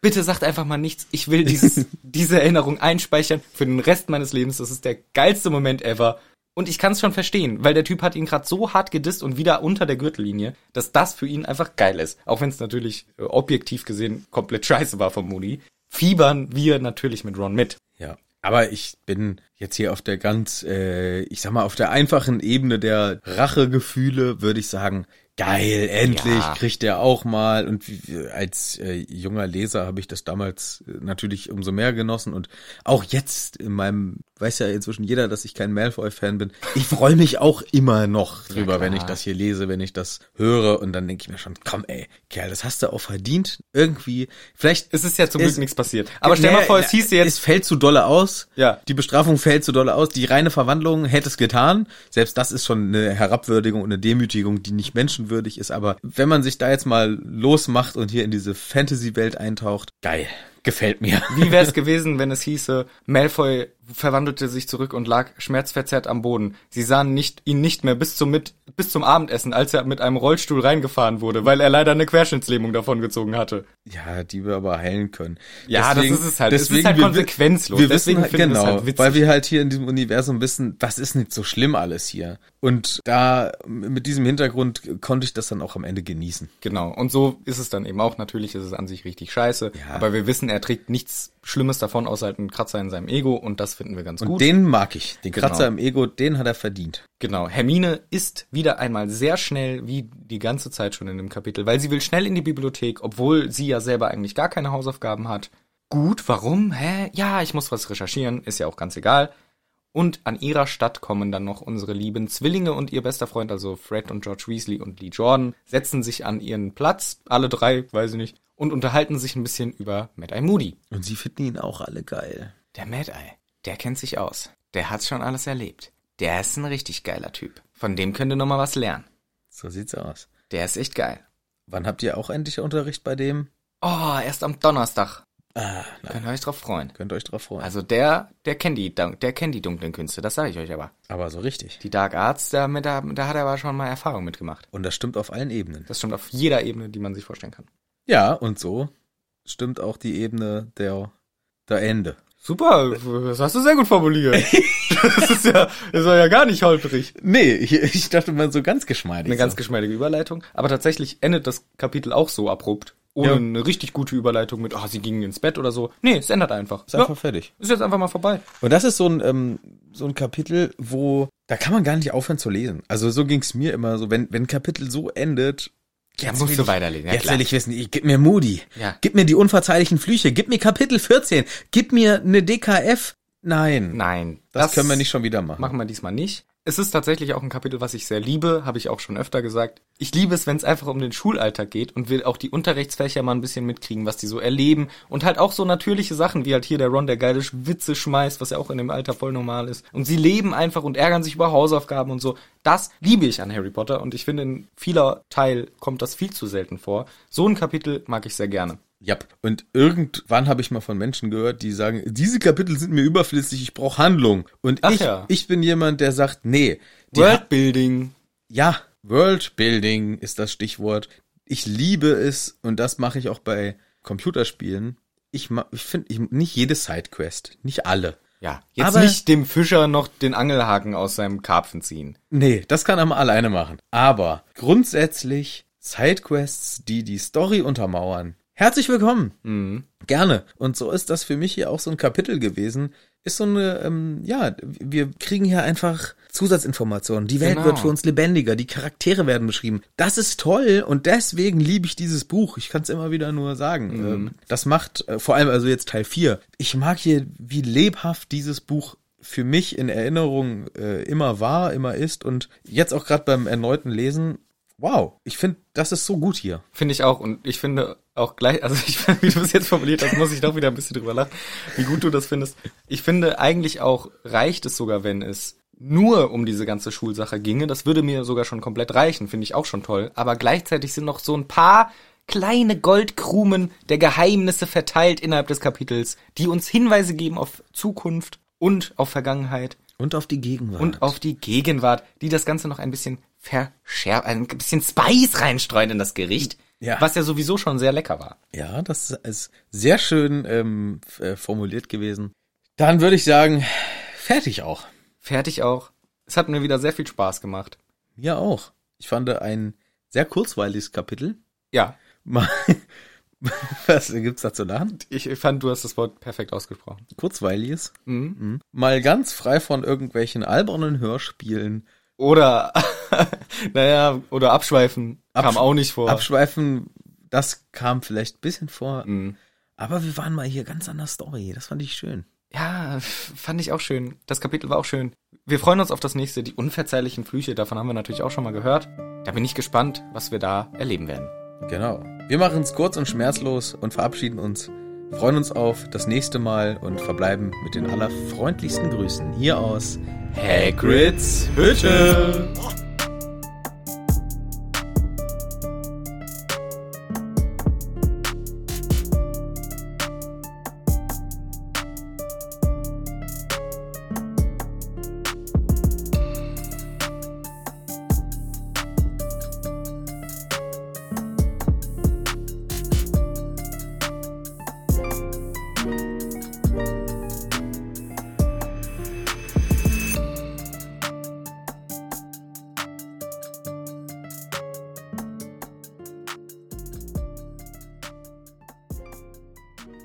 Bitte sagt einfach mal nichts. Ich will dieses, diese Erinnerung einspeichern für den Rest meines Lebens. Das ist der geilste Moment ever. Und ich kann es schon verstehen, weil der Typ hat ihn gerade so hart gedisst und wieder unter der Gürtellinie, dass das für ihn einfach geil ist. Auch wenn es natürlich äh, objektiv gesehen komplett scheiße war von Moody. Fiebern wir natürlich mit Ron mit.
Ja, aber ich bin jetzt hier auf der ganz, äh, ich sag mal, auf der einfachen Ebene der Rachegefühle, würde ich sagen, geil, endlich
Ja.
kriegt er auch mal. Und wie- wie- als äh, junger Leser habe ich das damals äh, natürlich umso mehr genossen. Und auch jetzt in meinem, weiß ja inzwischen jeder, dass ich kein Malfoy-Fan bin. Ich freue mich auch immer noch drüber, wenn ich
klar.
das hier lese, wenn ich das höre. Und dann denke ich mir schon, komm ey, Kerl, das hast du auch verdient. Irgendwie, vielleicht
Es ist ja zum Glück
Es-
nichts passiert. Aber stell mal
Nee,
vor, es hieß dir
Es
jetzt,
fällt zu dolle aus.
Ja.
Die Bestrafung fällt zu dolle aus. Die reine Verwandlung hätte es getan. Selbst das ist schon eine Herabwürdigung und eine Demütigung, die nicht menschenwürdig ist. Aber wenn man sich da jetzt mal losmacht und hier in diese Fantasy-Welt eintaucht, geil. Gefällt mir.
wie wäre es gewesen, wenn es hieße, Malfoy verwandelte sich zurück und lag schmerzverzerrt am Boden. Sie sahen nicht, ihn nicht mehr bis zum, mit, bis zum Abendessen, als er mit einem Rollstuhl reingefahren wurde, weil er leider eine Querschnittslähmung davongezogen hatte.
Ja, die wir aber heilen können.
Ja, das ist es halt. Es ist halt
wir-
konsequenzlos.
Wir
Deswegen
wissen halt,
finden wir
genau,
es halt witzig.
weil wir halt hier in diesem Universum wissen, das ist nicht so schlimm alles hier. Und da mit diesem Hintergrund äh, konnte ich das dann auch am Ende genießen.
Genau. Und so ist es dann eben auch. Natürlich ist es an sich richtig scheiße.
Ja.
Aber wir wissen, er trägt nichts Schlimmes davon, außer halt einen Kratzer in seinem Ego. Und das finden wir ganz
Und
gut.
den mag ich. Den
Genau.
Kratzer im Ego, den hat er verdient.
Genau, Hermine ist wieder einmal sehr schnell, wie die ganze Zeit schon in dem Kapitel, weil sie will schnell in die Bibliothek, obwohl sie ja selber eigentlich gar keine Hausaufgaben hat. Gut, warum? Hä? Ja, ich muss was recherchieren, ist ja auch ganz egal. Und an ihrer Stadt kommen dann noch unsere lieben Zwillinge und ihr bester Freund, also Fred und George Weasley und Lee Jordan, setzen sich an ihren Platz, alle drei, weiß ich nicht, und unterhalten sich ein bisschen über Mad-Eye Moody.
Und sie finden ihn auch alle geil.
Der Mad-Eye, der kennt sich aus. Der hat's schon alles erlebt. Der ist ein richtig geiler Typ. Von dem könnt ihr noch mal was lernen.
So sieht's aus.
Der ist echt geil.
Wann habt ihr auch endlich Unterricht bei dem?
Oh, erst am Donnerstag.
Ah, na,
Könnt ihr euch drauf freuen.
könnt euch drauf freuen.
Also der, der kennt die, dun- der kennt die dunklen Künste, das sage ich euch aber.
Aber so richtig.
Die Dark Arts, da, mit, da, da hat er aber schon mal Erfahrung mitgemacht.
Und das stimmt auf allen Ebenen.
Das stimmt auf jeder Ebene, die man sich vorstellen kann.
Ja, und so stimmt auch die Ebene der, der Ende.
Super, das hast du sehr gut formuliert. das ist ja, das war ja gar nicht holprig.
Nee, ich, ich dachte mal so ganz geschmeidig.
Eine ganz geschmeidige Überleitung. Aber tatsächlich endet das Kapitel auch so abrupt. Ohne
Ja.
eine richtig gute Überleitung mit, ah, sie gingen ins Bett oder so. Nee, es endet einfach.
Ist einfach fertig.
ist jetzt einfach mal vorbei.
Und das ist so ein, ähm, so ein Kapitel, wo, da kann man gar nicht aufhören zu lesen. Also so ging's mir immer so, wenn, wenn ein Kapitel so endet, jetzt
musst
will
du
ich-
weiterlesen, ja
jetzt
klar.
will ich wissen, ich, gib mir Moody,
Ja.
gib mir die unverzeihlichen Flüche, gib mir Kapitel 14, gib mir eine DKF. Nein,
Nein.
das, können wir nicht schon wieder machen.
Machen wir diesmal nicht. Es ist tatsächlich auch ein Kapitel, was ich sehr liebe, habe ich auch schon öfter gesagt. Ich liebe es, wenn es einfach um den Schulalltag geht und will auch die Unterrichtsfächer mal ein bisschen mitkriegen, was die so erleben und halt auch so natürliche Sachen, wie halt hier der Ron, der geile Sch- Witze schmeißt, was ja auch in dem Alter voll normal ist. Und sie leben einfach und ärgern sich über Hausaufgaben und so. Das liebe ich an Harry Potter und ich finde, in vieler Teil kommt das viel zu selten vor. So ein Kapitel mag ich sehr gerne.
Ja, und irgendwann habe ich mal von Menschen gehört, die sagen, diese Kapitel sind mir überflüssig, ich brauche Handlung. Und
Ach
ich,
ja.
ich bin jemand, der sagt, nee, die
Worldbuilding.
ja, Worldbuilding ist das Stichwort. Ich liebe es und das mache ich auch bei Computerspielen. Ich, ma- ich finde ich, nicht jede Sidequest, nicht alle.
Ja, jetzt
Aber-
nicht dem Fischer noch den Angelhaken aus seinem Karpfen ziehen.
Nee, das kann man alleine machen. Aber grundsätzlich Sidequests, die die Story untermauern. Herzlich willkommen. Gerne. Und so ist das für mich hier auch so ein Kapitel gewesen. Ist so eine, ähm, ja, wir kriegen hier einfach Zusatzinformationen. Die Welt
Genau.
wird für uns lebendiger, die Charaktere werden beschrieben. Das ist toll und deswegen liebe ich dieses Buch. Ich kann es immer wieder nur sagen.
Mhm.
Ähm, das macht, äh, vor allem also jetzt Teil 4, ich mag hier, wie lebhaft dieses Buch für mich in Erinnerung äh, immer war, immer ist und jetzt auch gerade beim erneuten Lesen, wow, ich finde, das ist so gut hier.
Finde ich auch. Und ich finde auch gleich, also ich, wie du es jetzt formuliert hast, muss ich doch wieder ein bisschen drüber lachen, wie gut du das findest. Ich finde eigentlich auch reicht es sogar, wenn es nur um diese ganze Schulsache ginge. Das würde mir sogar schon komplett reichen. Finde ich auch schon toll. Aber gleichzeitig sind noch so ein paar kleine Goldkrumen der Geheimnisse verteilt innerhalb des Kapitels, die uns Hinweise geben auf Zukunft und auf Vergangenheit
Und auf die Gegenwart.
und auf die Gegenwart, die das Ganze noch ein bisschen verschärft, ein bisschen Spice reinstreuen in das Gericht,
Ja.
was ja sowieso schon sehr lecker war.
Ja, das ist sehr schön ähm, f- äh, formuliert gewesen. Dann würde ich sagen, fertig auch.
Fertig auch. Es hat mir wieder sehr viel Spaß gemacht.
Mir auch. Ich fand ein sehr kurzweiliges Kapitel.
Ja,
Mal- Was gibt's da zu lachen?
ich fand, du hast das Wort perfekt ausgesprochen.
Kurzweiliges. Mhm. Mal ganz frei von irgendwelchen albernen Hörspielen.
Oder, naja, oder abschweifen kam
Absch-
auch nicht vor.
Abschweifen, das kam vielleicht ein bisschen vor.
Mhm.
Aber wir waren mal hier ganz an der Story. Das fand ich schön.
Ja, f- fand ich auch schön. Das Kapitel war auch schön. Wir freuen uns auf das nächste, die unverzeihlichen Flüche. Davon haben wir natürlich auch schon mal gehört. Da bin ich gespannt, was wir da erleben werden.
Genau. Wir machen es kurz und schmerzlos und verabschieden uns. Freuen uns auf das nächste Mal und verbleiben mit den allerfreundlichsten Grüßen hier aus
Hagrids Hütte!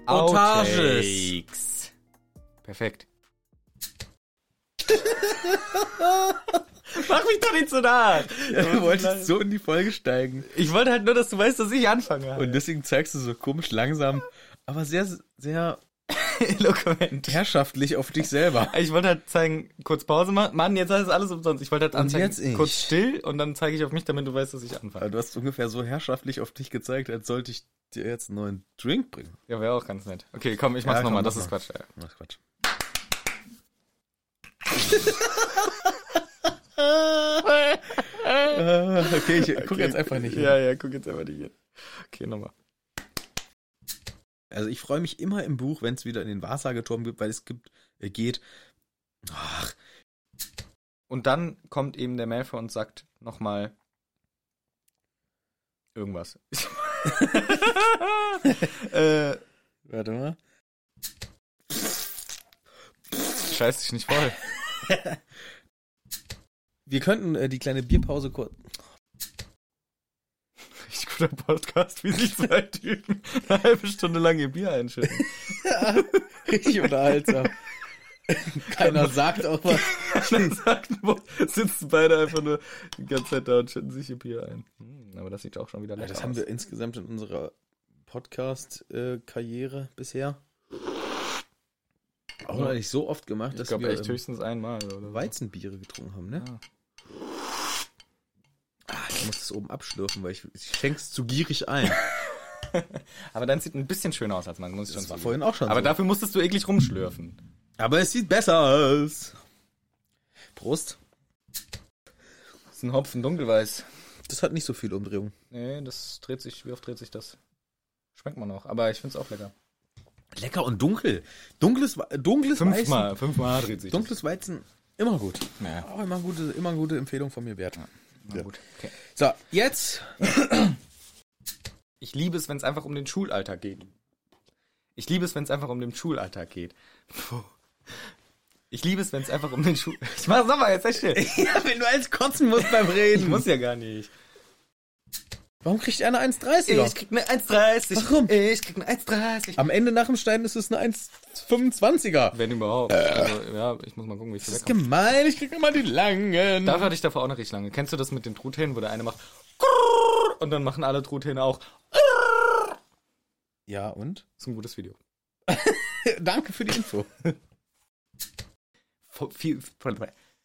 Outages.
Outtakes. Perfekt. Mach mich doch nicht so nah.
Du wolltest so in die Folge steigen.
Ich wollte halt nur, dass du weißt, dass ich anfange.
Und deswegen zeigst du so komisch langsam, aber sehr, sehr
eloquent.
herrschaftlich auf dich selber.
Ich wollte halt zeigen, kurz Pause machen. Mann, jetzt heißt es alles umsonst. Ich wollte halt anzeigen,
jetzt ich. Also-
kurz still und dann zeige ich auf mich, damit du weißt, dass ich anfange.
Du hast ungefähr so herrschaftlich auf dich gezeigt, als sollte ich dir jetzt einen neuen Drink bringen.
Ja, wäre auch ganz nett. Okay, komm, ich mach's
Ja, komm,
nochmal.
mach
Das ist
mal.
Quatsch. Ja.
Ach Quatsch. Ah, okay, ich guck jetzt einfach nicht. hin.
Ja, ja, guck jetzt einfach nicht hin. Okay, nochmal.
Also ich freue mich immer im Buch, wenn es wieder in den Wahrsageturm gibt, weil es gibt, äh, geht. Ach,
Und dann kommt eben der Malfoy und sagt nochmal irgendwas. äh,
warte mal.
scheiß dich nicht voll.
Wir könnten äh, die kleine Bierpause kurz.
Richtig guter Podcast, wie sich zwei Typen eine halbe Stunde lang ihr Bier einschütten.
Richtig unterhaltsam. Keiner sagt auch was.
Dann sagt, wo, sitzen beide einfach nur die ganze Zeit da und schütten sich ihr Bier ein. Hm, aber das sieht auch schon wieder lecker
Das
aus.
haben wir insgesamt in unserer Podcast-Karriere bisher auch noch nicht so oft gemacht,
ich
dass
glaube
wir
echt
ähm,
höchstens einmal. Oder so.
Weizenbiere getrunken haben, ne?
Ja.
Ah, ich muss das oben abschlürfen, weil ich, ich schenk's zu gierig ein.
Aber dann sieht ein bisschen schöner aus als man, muss ich schon
Das war
sagen.
vorhin auch schon
Aber
so.
dafür musstest du eklig rumschlürfen.
Aber es sieht besser aus. Prost.
Das ist ein Hopfen dunkelweiß.
Das hat nicht so viel Umdrehung.
Nee, das dreht sich, wie oft dreht sich das? Schmeckt man noch, aber ich find's auch lecker.
Lecker und dunkel. Dunkles, Wa- dunkles Weizen.
Fünfmal, fünfmal dreht sich das.
Dunkles Weizen, immer gut.
Naja,
Auch immer gute, immer gute Empfehlung von mir wert.
na gut. Okay.
So, jetzt.
Ich liebe es, wenn es einfach um den Schulalltag geht. Ich liebe es, wenn es einfach um den Schulalltag geht. Puh. Ich liebe es, wenn es einfach um den Schul... Ich mach's nochmal, jetzt echt schnell.
Ja, wenn du eins kotzen musst beim Reden.
Ich muss ja gar nicht.
Warum kriegt einer 1,30 noch?
krieg ne 1,30.
Warum?
Ich krieg ne 1,30.
Am Ende nach dem Stein ist es eine 1,25er.
Wenn überhaupt. Also, ja, ich muss mal gucken, wie ich
Das ist
wegkomme.
gemein, ich krieg immer die langen.
Dafür hatte ich davor auch noch richtig lange. Kennst du das mit den Truthähnen, wo der eine macht und dann machen alle Truthähne auch.
Ja, und?
Ist ein gutes Video.
Danke für die Info.
Vo- viel-